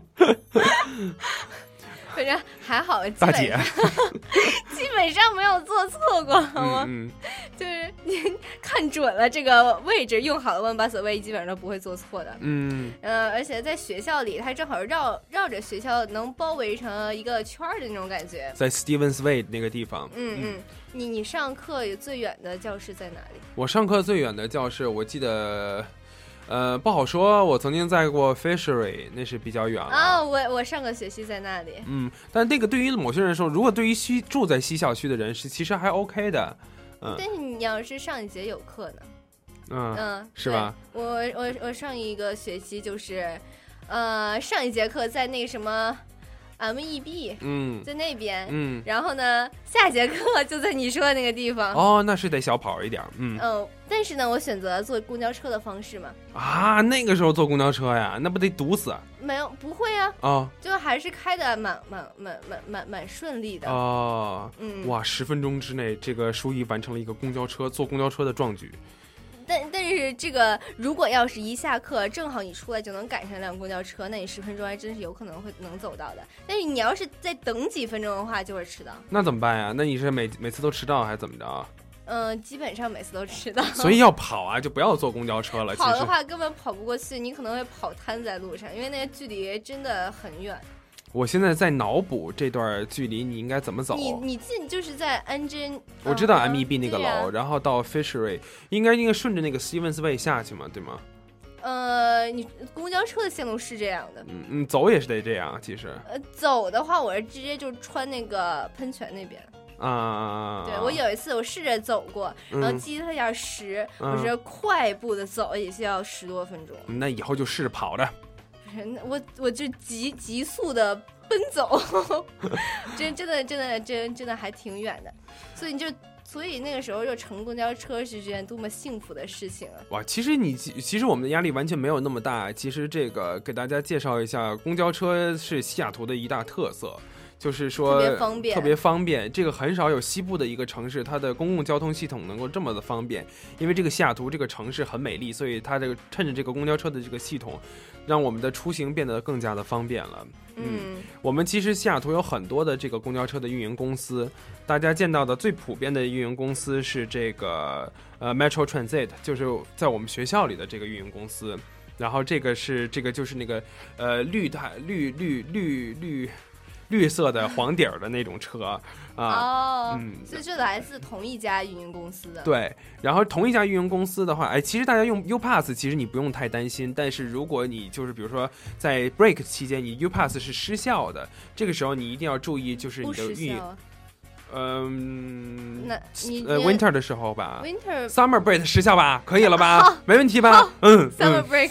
反正还好，基
大
本
姐
上 基本上没有做错过，好吗？
嗯嗯。
就是您看准了这个位置，用好了万把所谓，基本上都不会做 错的。
嗯
呃，而且在学校里，它正好绕绕着学校能包围成一个圈儿的那种感觉。
在 Stevens Way 那个地方。
嗯嗯，你你上课最远的教室在哪里？
我上课最远的教室，我记得，呃，不好说。我曾经在过 Fishery，那是比较远了。
啊，我我上个学期在那里。
嗯，但那个对于某些人说，如果对于西住在西校区的人是其实还 OK 的。嗯
但是你要是上一节有课呢？
嗯
嗯，
是吧？
对？我我我上一个学期就是，呃，上一节课在那个什么 MEB，
嗯
在那边，
嗯
然后呢，下节课就在你说的那个地方。
哦，那是得小跑一点。嗯
嗯、但是呢，我选择坐公交车的方式嘛，
啊，那个时候坐公交车呀，那不得堵死啊！
没有不会啊，
哦
就还是开的蛮蛮蛮蛮蛮蛮顺利的。
哦
嗯
哇，十分钟之内，这个舒怡完成了一个公交车坐公交车的壮举。
但但是这个如果要是一下课正好你出来就能赶上辆公交车，那你十分钟还真是有可能会能走到的。但是你要是再等几分钟的话，就会迟到。
那怎么办呀？那你是每每次都迟到还是怎么着 啊？
嗯、基本上每次都迟到。
所以要跑 啊，就不要坐公交车了。其
跑的
实
话根本跑不过去，你可能会跑瘫在路上，因为那个距离真的很远。
我现在在脑补这段距离，你应该怎么走？
你你进就是在安贞，
我知道
嗯
MEB 那个
对
楼，
呀
然后到 Fishery，应该应该顺着那个 Stevens Way 下去嘛，对吗？
呃，你公交车的线路是这样的，
嗯嗯，走也是得这样，其实
呃，走的话我是直接就穿那个喷泉那边。
啊，
对我有一次我试着走过，
嗯
然后记特点实，
嗯
我是快步的走，也需要十多分钟，
那以后就试着跑着。
不是我我就急急速的奔走， 真真的真的真真的还挺远的，所以你就所以那个时候就乘公交车是件多么幸福的事情啊！
哇，其实你其其实我们的压力完全没有那么大。其实这个给大家介绍一下，公交车是西雅图的一大特色，就是说
特别方便
特别方便。这个很少有西部的一个城市，它的公共交通系统能够这么的方便。因为这个西雅图这个城市很美丽，所以它这个趁着这个公交车的这个系统，让我们的出行变得更加的方便了。
嗯，
我们其实西雅图有很多的这个公交车的运营公司，大家见到的最普遍的运营公司是这个呃 Metro Transit，就是在我们学校里的这个运营公司。然后这个是这个就是那个呃绿的绿绿绿绿绿色的黄底儿的那种车啊，
哦，
嗯
所以就来自同一家运营公司的，
对，然后同一家运营公司的话，哎，其实大家用 U Pass，其实你不用太担心。但是如果你就是比如说在 break 期间，你 U Pass 是失效的，这个时候你一定要注意，就是你
不
的
时
运营
效，啊。
嗯，
那你
呃
觉得
，winter 的时候吧
winter
，summer break 失效吧，可以了
好
吧？没问题吧？嗯
summer
嗯，
break，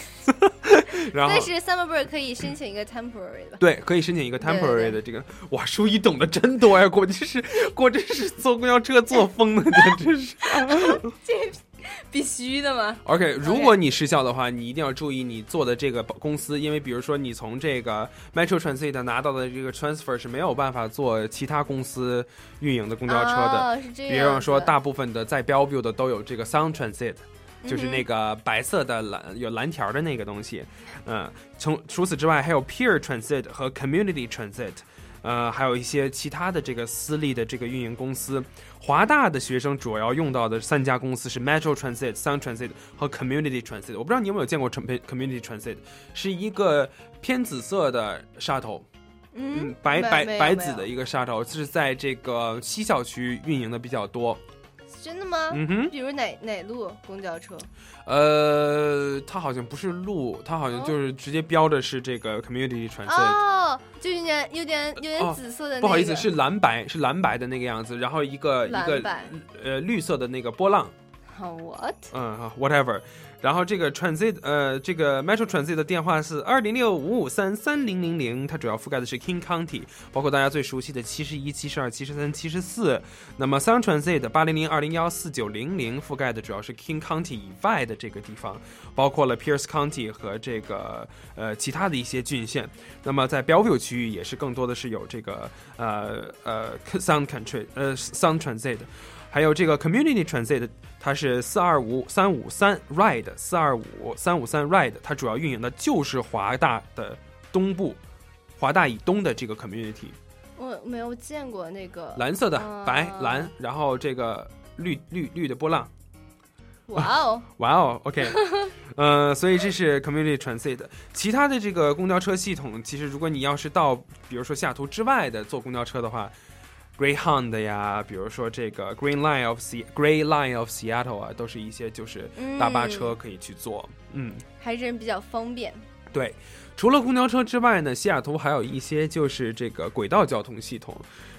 然后
但是 summer break 可以申请一个 temporary 吧？
对，可以申请一个
对对
temporary 的这个。哇，舒怡懂得真多呀，果真是果真是坐公交车坐疯了，简直是。
这必须的吗
OK，如果你失效的话，你一定要注意你做的这个公司，因为比如说你从这个 Metro Transit 拿到的这个 transfer 是没有办法做其他公司 运营的公交车的。
哦是这样
比
子嗯
方说，大部分的在 Bellevue 的都有这个 Sound Transit，就是那个白色的蓝有蓝条的那个东西，嗯，从除此之外还有 peer transit 和 community transit，呃，还有一些其他的这个私立的这个运营公司。华大的学生主要用到的三家公司是 Metro Transit、Sun Transit 和 Community Transit。我不知道你有没有见过 Tran- Community Transit，是一个偏紫色的沙头，
嗯
白
没
白
没有
白
没
紫
有
的一个沙头，是在这个西校区运营的比较多。
真的吗？
嗯哼
比如哪哪路公交车？
呃，它好像不是路，它好像就是直接标的是这个 Community Transit。
哦，就有点有点有点紫色的、
呃哦
那个
不好意思，是蓝白，是蓝白的那个样子，然后一个一
蓝
个
白。
呃绿色的那个波浪，
好，what？啊
嗯好，whatever。然后这个 transit 呃，这个 Metro Transit 的电话是二零六五五三三零零零，它主要覆盖的是 King County，包括大家最熟悉的七十一、七十二、七十三、七十四。那么 Sun Transit 八零零二零幺四九零零覆盖的主要是 King County 以外的这个地方，包括了 Pierce County 和这个呃其他的一些郡县。那么在 Bellevue 区域也是更多的是有这个呃呃 Sun Country 呃 Sun Transit。还有这个 Community Transit，它是四二五三五三 Ride 四二五三五三 Ride，它主要运营的就是华大的东部，华大以东的这个 community，
我没有见过那个
蓝色的、
啊
白蓝，然后这个绿绿绿的波浪，
哇 哦，
哇哦，OK，呃，所以这是 Community Transit。其他的这个公交车系统，其实如果你要是到，比如说西雅图之外的坐公交车的话，Greyhound 呀，比如说这个 Green Line of Se Grey Line of Seattle 啊，都是一些就是大巴车嗯可以去坐。嗯，
嗯还真比较方便。
对。除了公交车之外呢，西雅图还有一些就是这个轨道交通系统，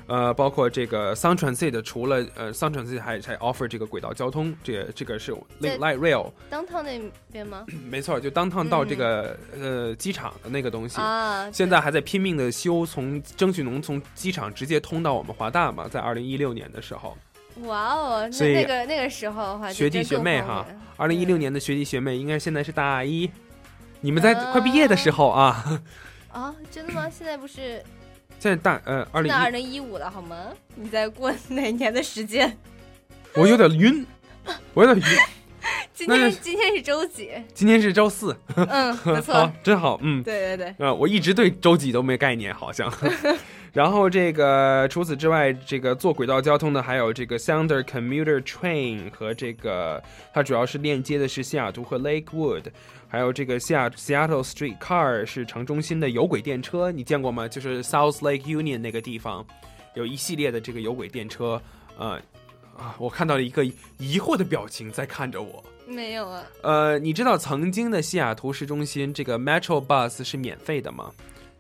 呃，包括这个 Sun Transit，除了呃 Sun Transit 还还 offer 这个轨道交通，这个这个是 Link
在
Light Rail。
downtown 那边吗？
没错，就当趟到这个、呃机场的那个东西
嗯啊
现在还在拼命的修，从争取能从机场直接通到我们华大嘛，在二零一六年的时候，
哇哦，那
所以
那个那个时候的话，
学弟
就
学
真更
妹
方
哈
便，
二零一六年的学弟学妹应该现在是大一，你们在快毕业的时候啊，
啊，真的吗？现在 不是
现在大呃二零
那二
一，
零一五了好吗？你在过哪年的时间？
我有点晕，我有点晕，
今
那
天
是
今天是周 几？
今天是周四，
嗯不 错
好，真好，嗯，
对对对，
呃，我一直对周几都没概念，好像。 然后这个除此之外，这个坐轨道交通的还有这个 Sounder Commuter Train 和这个它主要是链接的是西雅图和 Lakewood，还有这个西雅 Seattle Street Car 是城中心的有轨电车，你见过吗？就是 South Lake Union 那个地方有一系列的这个有轨电车，呃。啊！我看到了一个疑惑的表情在看着我。
没有啊，
呃，你知道曾经的西雅图市中心这个 Metro Bus 是免费的吗？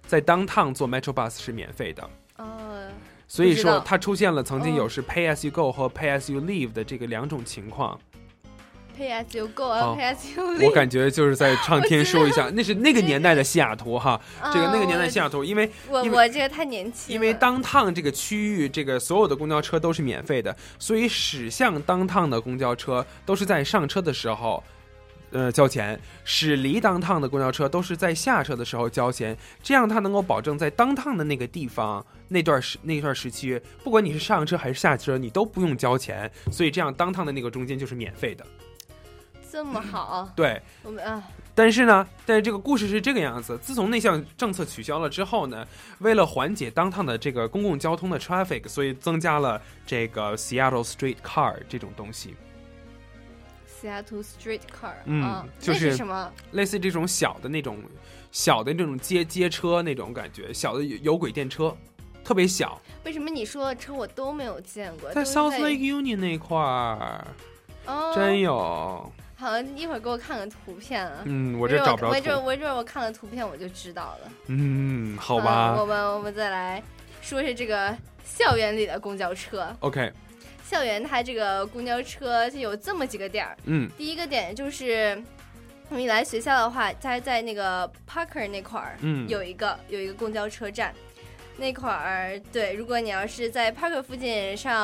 在 downtown 坐 Metro Bus 是免费的，
哦，
所以
不知道
说它出现了曾经有
哦
是 pay as you go 和 pay as you leave 的这个两种情况。
pay as you go 啊
哦
，pay as you leave。
我感觉就是在唱天书一下，那是那个年代的西雅图哈，
啊
这个那个年代的西雅图，因为
我
因为
我这个太年轻了，
因为当趟这个区域，这个所有的公交车都是免费的，所以驶向当趟的公交车都是在上车的时候，呃，交钱；驶离当趟的公交车都是在下车的时候交钱。这样它能够保证在当趟的那个地方那段时那段时期，不管你是上车还是下车，你都不用交钱。所以这样当趟的那个中间就是免费的。
这么好，
对，
我们啊，
但是呢，但是这个故事是这个样子：自从那项政策取消了之后呢，为了缓解当趟的这个公共交通的 traffic，所以增加了这个 Seattle Street Car 这种东西，
西雅图 street car，
嗯
啊
就
那
是
是什么？
类似于这种小的那种小的那种街街车那种感觉，小的有有轨电车，特别小，
为什么你说的车我都没有见过？
在
都是
South Lake Union 那块儿
哦，
真。有，
好，一会儿给我看个图片啊。
嗯我
一会
这
儿
找不着
我一会儿
图
我一会儿我看了图片我就知道了。
嗯，好
嗯我
吧
们我们再来说是这个校园里的公交车。
，OK，
校园它这个公交车就有这么几个点儿。
嗯
第一个点就是，你来学校的话，它在那个 Parker 那块儿，
嗯
有一个有一个公交车站。那块儿，对，如果你要是在 Parker 附近上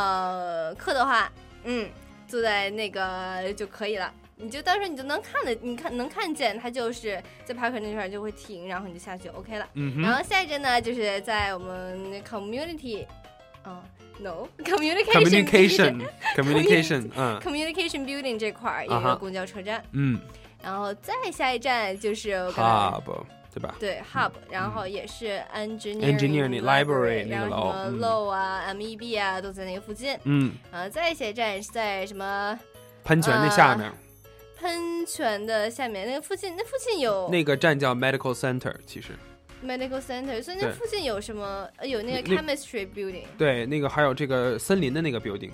课的话，嗯，坐在那个就可以了。你就到时候你就能看得，你看能看见，它就是在 Parker 那块儿就会停，然后你就下去，OK 了。
嗯哼
然后下一站呢，就是在我们 Community 嗯，no communication
communication
communication
嗯
communication building 这块儿有
啊
一个
哈
公交车站，
嗯
然后再下一站就是我刚才
，hub 对吧？
对 hub，然后也是
嗯 Engineering
engineering
library
然
那个楼
后什
嗯
么 low 啊、MEB 啊都在那个附近。
嗯，
呃，再下一站是在什么
喷泉
呃
那下面、
喷泉的下面那个附近，那附近有
那个站叫 medical center，其实
medical center，所以那
对
附近有什么？呃有那个
那
chemistry building，
对，那个还有这个森林的那个 building。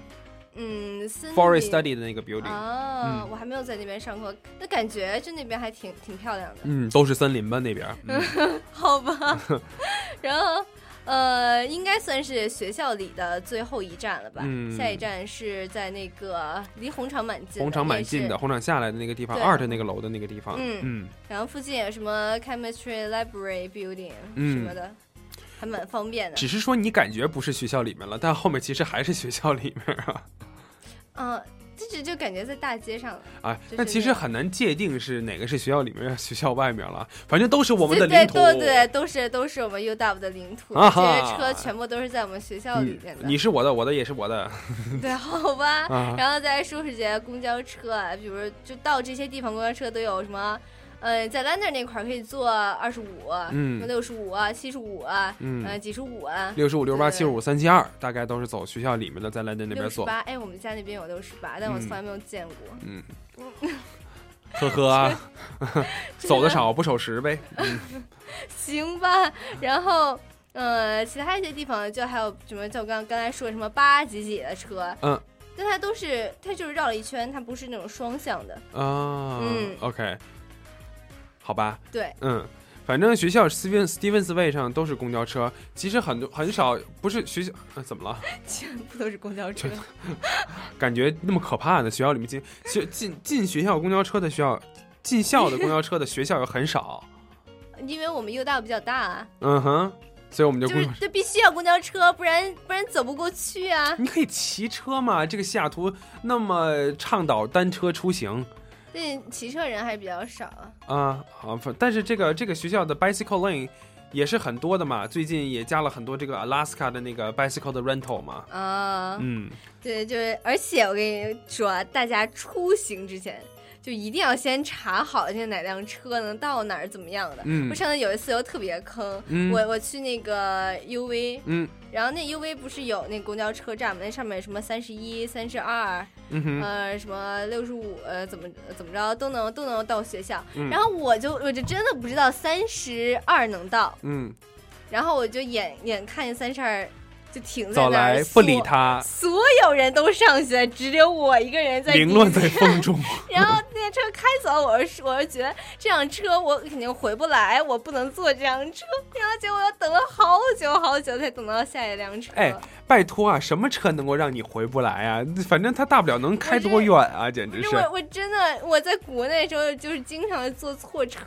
嗯森林
Forest Study 的那个 building，
啊，
嗯
我还没有在那边上过，那感觉就那边还挺挺漂亮的。
嗯，都是森林吧那边儿。
嗯
嗯
好吧，然后呃，应该算是学校里的最后一站了吧？
嗯
下一站是在那个离红场蛮近，
红场蛮近
也
的，
是。
红场下来的那个地方，
对
二的那个楼的那个地方。
嗯
嗯，
然后附近有什么 chemistry library building
嗯
什么的，还蛮方便的。
只是说你感觉不是学校里面了，但后面其实还是学校里面啊。
嗯、这只就感觉在大街上了。
啊
就，是
那其实很难界定是哪个是学校里面，学校外面了，反正都是我们的
对
领
对
土。
对对，都是都是我们 UW 的领土，
啊
这
哈
些车全部都是在我们学校里面
嗯
的。
你是我的，我的也是我的。
对，好吧。
啊
然后再说说这些公交车啊，比如就到这些地方，公交车都有什么？呃，在 Lander 那块儿可以坐二十五，
嗯
六十五啊，七十五啊，
嗯
呃，几十五啊，
六十五、六十八、七十五、三七二，大概都是走学校里面的，在 London 那边
六十
坐。
八。哎，我们家那边有六十八，但
嗯
我从来没有见过。
嗯，呵呵啊，走的少不守时 呗。
行吧，然后。呃，其他一些地方就还有什么，就刚刚才说什么八几几的车，
嗯
但它都是它就是绕了一圈，它不是那种双向的，
啊，
嗯
，OK，好吧，
对，
嗯，反正学校 Steven Stevens Way 上都是公交车，其实很多很少不是学校、呃怎么了？
全部 都是公 交车。
感觉那么可怕呢？学校里面进学进进学校公交车的学校，进校的公交车的学校有很少。
因为我们 U 大比较大啊，
嗯哼，所以我们就
就
公
是
交车。
这必须要公交车，不然不然走不过去啊。
你可以骑车嘛？这个西雅图那么倡导单车出行
那骑车人还是比较少啊。
啊啊！反但是这个这个学校的 bicycle lane 也是很多的嘛，最近也加了很多这个 Alaska 的那个 bicycle 的 rental 嘛。
啊，
嗯，
对，就是，而且我跟你说啊，大家出行之前就一定要先查好现在哪辆车能到哪儿，怎么样的。
嗯
我上次有一次又特别坑，
嗯
我我去那个 UV，
嗯
然后那 UV 不是有那公交车站吗？那上面有什么三十一、三十二，
嗯哼
呃，什么六十五，呃，怎么怎么着都能都能到学校。
嗯
然后我就我就真的不知道三十二能到，
嗯，
然后我就眼眼看见三十二就停在
早
那儿，
来
所
不理他
所有人都上去了，只有我一个人在
凌乱
底
在
下
风中。
然后那车开走，我是我是觉得这辆车我肯定回不来，我不能坐这辆车。然后结果我等了好久好久才等到下一辆车。
哎，拜托啊，什么车能够让你回不来啊？反正他大不了能开多远啊，简直
不
是
是我，我真的我在国内的时候就是经常坐错车，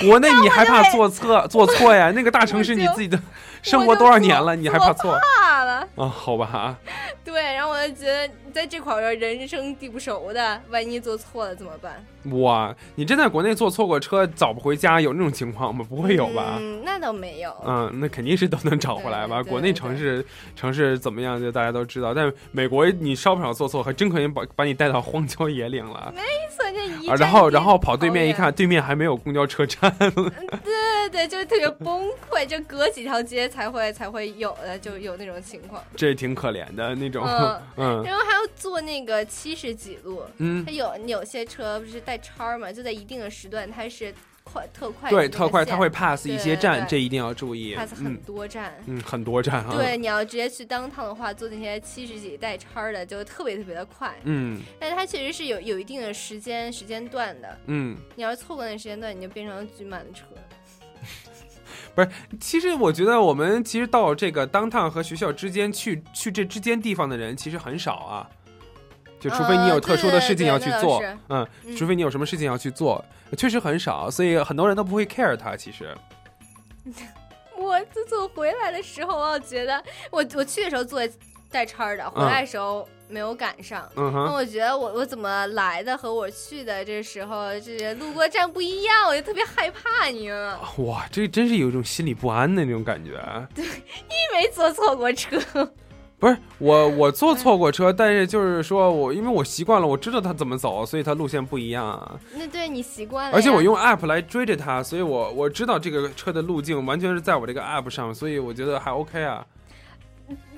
国内你害怕坐错坐错 呀？那个大城市你自己的生活多少年了，你害怕错
我怕了。
啊？好吧啊，
对，然后我就觉得在这块儿人生地不熟的，万一坐错了怎么办？
哇，你真在国内坐错过车，找不回家，有那种情况吗？不会有吧？
嗯，那倒没有。
嗯，那肯定是都能找回来吧。国内城市城市怎么样，就大家都知道。但美国你稍不少做错，还真可以把把你带到荒郊野岭了。
没错，这一
啊，
站
然后
地
然后跑对面一看，对面还没有公交车站。
对对，就是特别崩溃，就隔几条街才会才会有的，就有那种情况。
这挺可怜的那种。
嗯，
嗯
然后还要坐那个七十几路，
嗯
它有有些车不是带叉儿嘛，就在一定的时段它是快特快的
对，
那个线，
特快它会 pass 一些站，这
对
一定要注意。
pass 很
嗯
多站。
嗯，很多站啊。
对，，你要直接去当趟的话，坐那些七十几带叉儿的就特别特别的快，
嗯
但是它确实是有有一定的时间时间段的，
嗯，
你要是错过那时间段，你就变成挤满了车。
不是，其实我觉得我们其实到这个当趟和学校之间去去这之间地方的人其实很少啊。就除非你有
呃
特殊
对
的事情
对
要去
那倒
做
是，
嗯，
嗯
除非你有什么事情要去做，确实很少，所以很多人都不会 care 它。其实，
我自从回来的时候，我觉得我我去的时候坐带叉儿的，回来的时候没有赶上。
嗯哼
那我觉得我我怎么来的和我去的这时候这路过站不一样，我就特别害怕，你明白吗？
哇，这真是有一种心里不安的那种感觉。啊
一没坐错过车，
不是我，我坐错过车，但是就是说我因为我习惯了，我知道它怎么走，所以它路线不一样。啊
那对你习惯了呀。
而且我用 app 来追着它，所以我我知道这个车的路径完全是在我这个 app 上，所以我觉得还 OK 啊。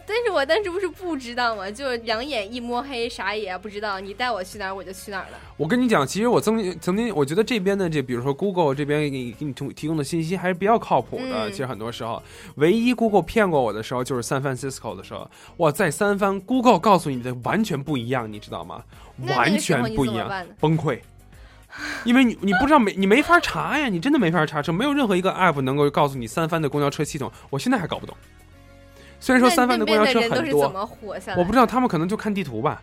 但是我当时不是不知道吗？就是两眼一摸黑，啥也不知道。你带我去哪儿，我就去哪儿了。
我跟你讲，其实我曾经曾经，我觉得这边的这，比如说 Google 这边给你给你提提供的信息还是比较靠谱的。
嗯
其实很多时候，唯一 Google 骗过我的时候就是 San Francisco 的时候，哇，在三藩 Google 告诉你的完全不一样，你知道吗？
那那
完
个时候
全
你
不
怎
一
么
样
办呢，
崩溃。因为你你不知道没你没法查呀，你真的没法查证，没有任何一个 app 能够告诉你三藩的公交车系统，我现在还搞不懂。虽然说三藩
那
公交车
那边的人
很
都是
多
怎，么活下来？
我不知道他们可能就看地图吧，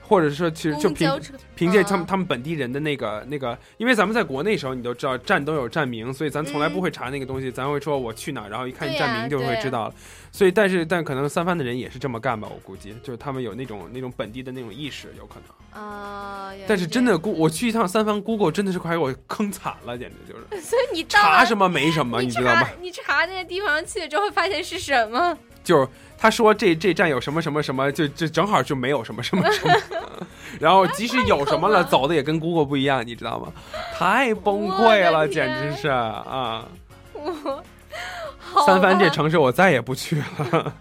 或者是其实就
公
凭
交车
凭借他
嗯
们他们本地人的那个那个，因为咱们在国内时候你都知道站都有站名，所以咱从来不会查那个东西，咱会说我去哪儿，然后一看
对呀
站名就
对
会
呀
知道了。所以但是但可能三藩的人也是这么干吧，我估计就是他们有那种那种本地的那种意识，有可能。
啊，原来
但是真的估我去一趟三藩 Google 真的是快给我坑惨了，简直就是
这样， 所以你到
查
了
什么没什么，你知道吗
查？你查那个地方去了之后，会发现是什么？
就是他说这这站有什么什么什么，就就正好就没有什么什么什么， 然后即使有什么 了，走的也跟 Google 不一样，你知道吗？太崩溃
我
了，
的天
简直是啊！
我好
三藩
吧
这城市我再也不去了。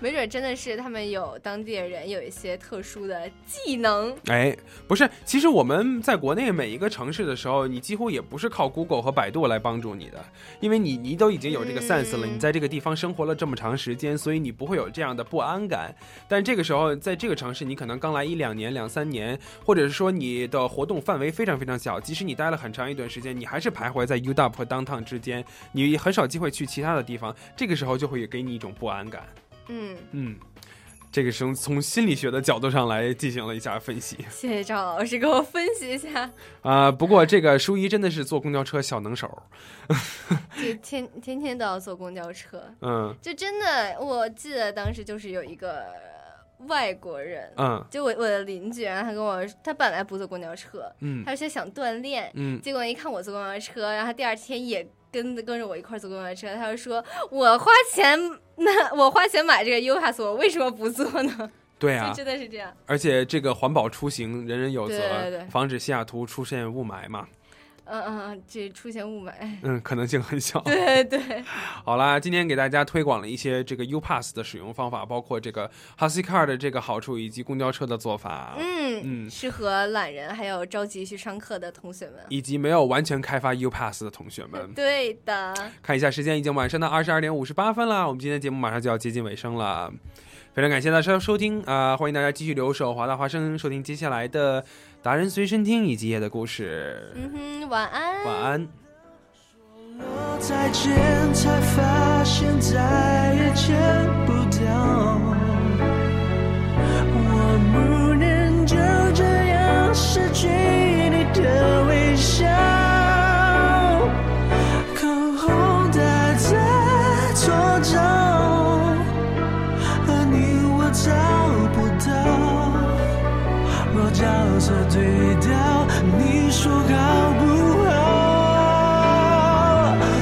没准真的是他们有当地人有一些特殊的技能。
哎，不是，其实我们在国内每一个城市的时候，你几乎也不是靠 Google 和百度来帮助你的，因为你你都已经有这个 sense 了，你在这个地方生活了这么长时间，所以你不会有这样的不安感。但这个时候，在这个城市，你可能刚来一两年、两三年，或者是说你的活动范围非常非常小，即使你待了很长一段时间，你还是徘徊在 UDUP 和 Downtown 之间，你很少机会去其他的地方，这个时候就会给你一种不安感。
嗯，
嗯，这个是从心理学的角度上来进行了一下分析。
谢谢赵老师给我分析一下。
啊、不过这个舒怡真的是坐公交车小能手，
就天天天都要坐公交车，
嗯
就真的，我记得当时就是有一个呃外国人，
嗯
就我我的邻居，啊然后他跟我，他本来不坐公交车，
嗯
他是想锻炼，
嗯
结果一看我坐公交车，然后他第二天也跟跟着我一块儿坐公交车，他就说我花钱，那我花钱买这个 U Pass，我为什么不坐呢？
对啊
就真的是这样，
而且这个环保出行人人有责，
对对对
防止西雅 图出现雾霾嘛，
嗯嗯，嗯这出现雾霾，
嗯，可能性很小。
对 对，
好啦，今天给大家推广了一些这个 U Pass 的使用方法，包括这个 Husky Car 的这个好处以及公交车的做法，
嗯
嗯
适合懒人还有着急去上课的同学们，
以及没有完全开发 U Pass 的同学们。
对的。
看一下时间，已经晚上的二十二点五十八分了，我们今天节目马上就要接近尾声了。非常感谢大家收听啊、欢迎大家继续留守华大华生，收听接下来的达人随身听以及夜的故事。
嗯哼，晚安。
晚
说
安。
再见，才发现再也见不到。我不能就这样失去你的微笑。口红戴在左手，而你我找不到。若角色对调，你说好不好？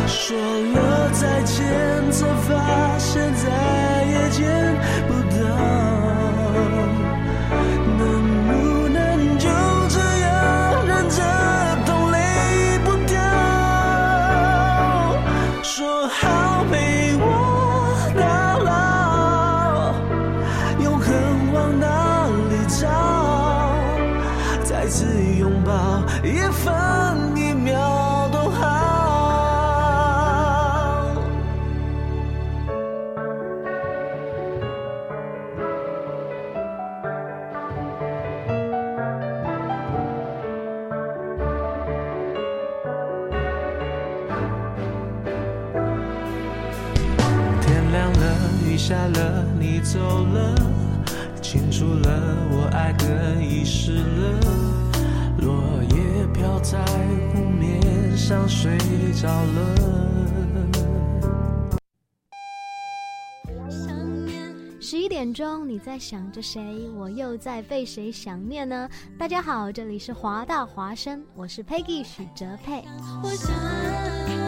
说了再见，才发现再也见不到。能不能就这样忍着痛泪不掉？说好陪我到老。永恒往哪里找？再次拥抱，一分一秒都好。天亮了，雨下了，你走了，清楚了，我爱的遗失了。落叶飘在湖面上，睡着了。
十一点钟，你在想着谁？我又在被谁想念呢？大家好，这里是华大华声，我是 Peggy 许哲佩。我想